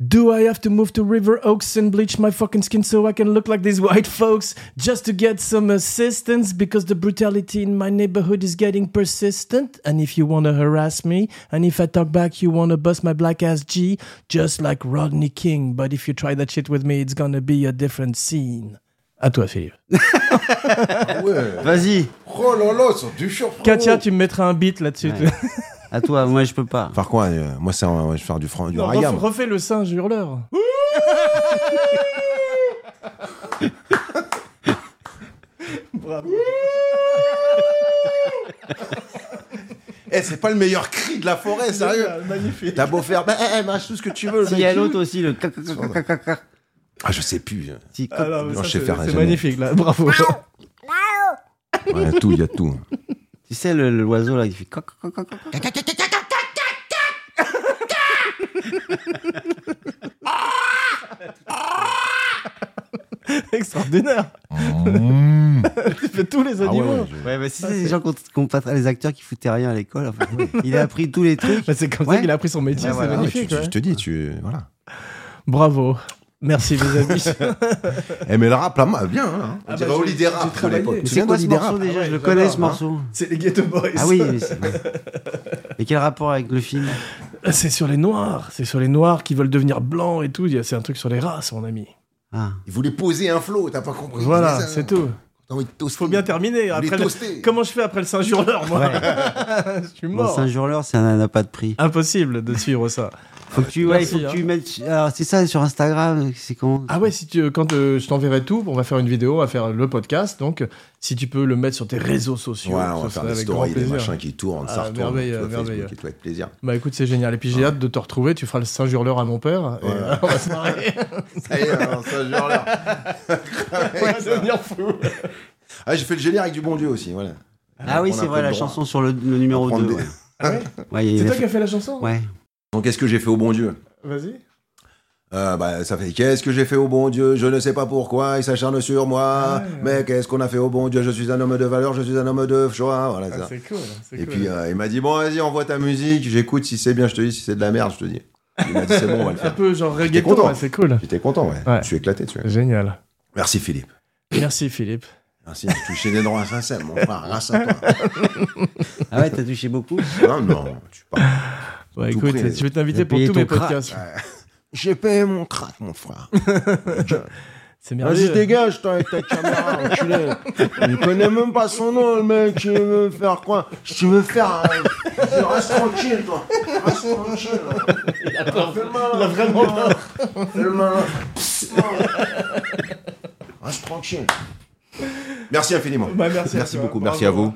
S2: Do I have to move to River Oaks and bleach my fucking skin so I can look like these white folks just to get some assistance because the brutality in my neighborhood is getting persistent? And if you wanna harass me, and if I talk back, you wanna bust my black ass G, just like Rodney King. But if you try that shit with me, it's gonna be a different scene. À toi, Philippe.
S3: Vas-y,
S6: Oh là là, ils sont du chaud. frérot.
S2: Katia, tu me mettras un beat là-dessus.
S3: Ouais. à toi, moi je peux pas.
S1: Par quoi euh, Moi, c'est un- je vais faire du, fran- du
S2: Non,
S1: rayam.
S2: ref- refais le singe hurleur.
S1: Eh, c'est pas le meilleur cri de la forêt, sérieux.
S2: Magnifique.
S1: T'as beau faire, bah, eh, eh, mâche tout ce que tu veux. le
S3: S'il
S1: mec,
S3: y a
S1: il-
S3: l'autre aussi, le cac, cac, cac, cac, cac, cac.
S1: Ah, je sais plus.
S3: Si,
S2: Ah non, mais
S1: Non,
S2: ça,
S1: je sais
S2: c'est-
S1: faire,
S2: c'est
S1: jamais.
S2: magnifique là, bravo.
S1: Ouais, tout, il y a tout.
S3: Tu sais, le- le- l'oiseau là qui fait cac, cac, cac, cac.
S2: Extraordinaire. tu fais tous les
S1: Ah ouais,
S2: animaux.
S1: ouais, je-
S3: Mmh. Ouais, mais si c'est des gens qui ont- qui ont pas tra- les acteurs qui foutaient rien à l'école, enfin, il a appris tous les trucs.
S2: Bah, c'est comme ça
S3: Ouais.
S2: qu'il a appris son métier,
S3: Ouais,
S2: c'est
S3: voilà.
S1: Ah, mais tu-
S2: magnifique.
S1: tu-
S2: ouais.
S1: Je te dis, tu. Voilà.
S2: Bravo. Merci les amis.
S1: Eh, mais le rap, là, moi, bien. Hein.
S2: Ah
S1: On
S2: bah,
S1: dirait
S2: j'ai-
S1: Oli
S2: j'ai
S1: Dera, à
S2: travaillé.
S1: l'époque.
S2: Mais
S3: Mais
S1: Tu
S3: C'est
S1: viens
S3: quoi ce
S1: d'Oli Dera
S3: morceau déjà
S2: ouais,
S3: Je le
S2: j'adore,
S3: connais ce
S2: hein.
S3: morceau.
S2: c'est les Ghetto Boys.
S3: Ah oui, mais c'est- Et quel rapport avec le film
S2: C'est sur les noirs, c'est sur les noirs qui veulent devenir blancs et tout. Il y a- C'est un truc sur les races, mon ami.
S3: Ah,
S6: Ils voulaient poser un flow, t'as pas compris.
S2: Voilà, c'est tout.
S6: T'as envie de toaster.
S2: Faut bien
S6: Ils
S2: terminer.
S6: voulaient
S2: Après le-
S6: toaster.
S2: Comment je fais après le saint hurleur, moi Je suis
S3: bon,
S2: mort.
S3: Saint-Jour-l'heure, ça n'a n'a pas de prix.
S2: Impossible de suivre ça.
S3: Faut que tu, ouais,
S2: Merci,
S3: faut que
S2: hein.
S3: tu mettes. Alors, c'est ça sur Instagram, c'est comment
S2: Ah ouais, si tu, quand euh, je t'enverrai tout, on va faire une vidéo, on va faire le podcast. Donc, si tu peux le mettre sur tes réseaux sociaux,
S1: Ouais, on va
S2: ça serait
S1: faire des
S2: avec grand
S1: stories, des
S2: plaisir.
S1: machins qui tournent,
S2: Ah,
S1: ça retourne.
S2: merveille,
S1: tu vois,
S2: merveille.
S1: Facebook et tout, avec plaisir.
S2: Bah écoute, c'est génial. Et puis j'ai hâte de te retrouver. Tu feras le singe hurleur à mon père. Et, euh, on va se marrer.
S1: Ça y est, alors, ça, genre là.
S2: on va devenir fou.
S1: Ah, j'ai fait le générique du bon Dieu aussi, voilà.
S3: Ah oui,
S1: on a
S3: c'est
S1: un
S3: vrai,
S1: peu
S3: la
S1: le droit.
S3: chanson sur le, le numéro
S1: On prend
S3: 2.
S1: des-
S3: Ouais.
S2: Ah ouais
S3: Ouais, il
S2: C'est
S3: a
S2: toi
S3: fait-
S2: qui as fait la chanson
S3: ouais.
S1: Donc, qu'est-ce que j'ai fait au bon Dieu
S2: Vas-y.
S1: Euh, bah, ça fait qu'est-ce que j'ai fait au bon Dieu Je ne sais pas pourquoi, il s'acharne sur moi.
S2: Ah, Ouais, ouais.
S1: Mais qu'est-ce qu'on a fait au bon Dieu Je suis un homme de valeur, je suis un homme de choix. Voilà,
S2: Ah,
S1: ça.
S2: c'est cool. c'est
S1: Et
S2: cool.
S1: puis euh, il m'a dit Bon, vas-y, envoie ta musique, j'écoute. Si c'est bien, je te dis. Si c'est de la merde, je te dis. Il m'a dit C'est bon, on va le
S2: un
S1: faire.
S2: peu genre reggaeton,
S1: content.
S2: ouais, c'est cool.
S1: J'étais content, ouais.
S2: Ouais.
S1: Je suis éclaté dessus.
S2: Génial.
S1: Merci Philippe.
S2: Merci Philippe.
S1: Merci, j'ai touché des droits sincères, mon frère, grâce à toi.
S3: Ah ouais, t'as touché beaucoup.
S1: Non, non, tu parles.
S2: Ouais,
S1: Tout
S2: écoute,
S1: prêt.
S2: je vais t'inviter
S3: J'ai
S2: pour
S3: payé
S2: tous
S3: ton
S2: mes
S3: crack.
S2: podcasts.
S1: J'ai payé mon crack, mon frère.
S2: C'est
S5: Vas-y,
S2: merveilleux.
S5: dégage, toi, avec ta caméra, enculé. Je connais même pas son nom, le mec. Tu veux me faire quoi Tu veux me faire. euh, Reste tranquille, toi. Reste tranquille. là. Fais le malin, fais le malin. Fais le malin. Psst, non. Reste tranquille.
S1: Merci infiniment.
S2: Bah, merci à
S1: merci
S2: toi.
S1: beaucoup,
S2: Bravo.
S1: merci à vous.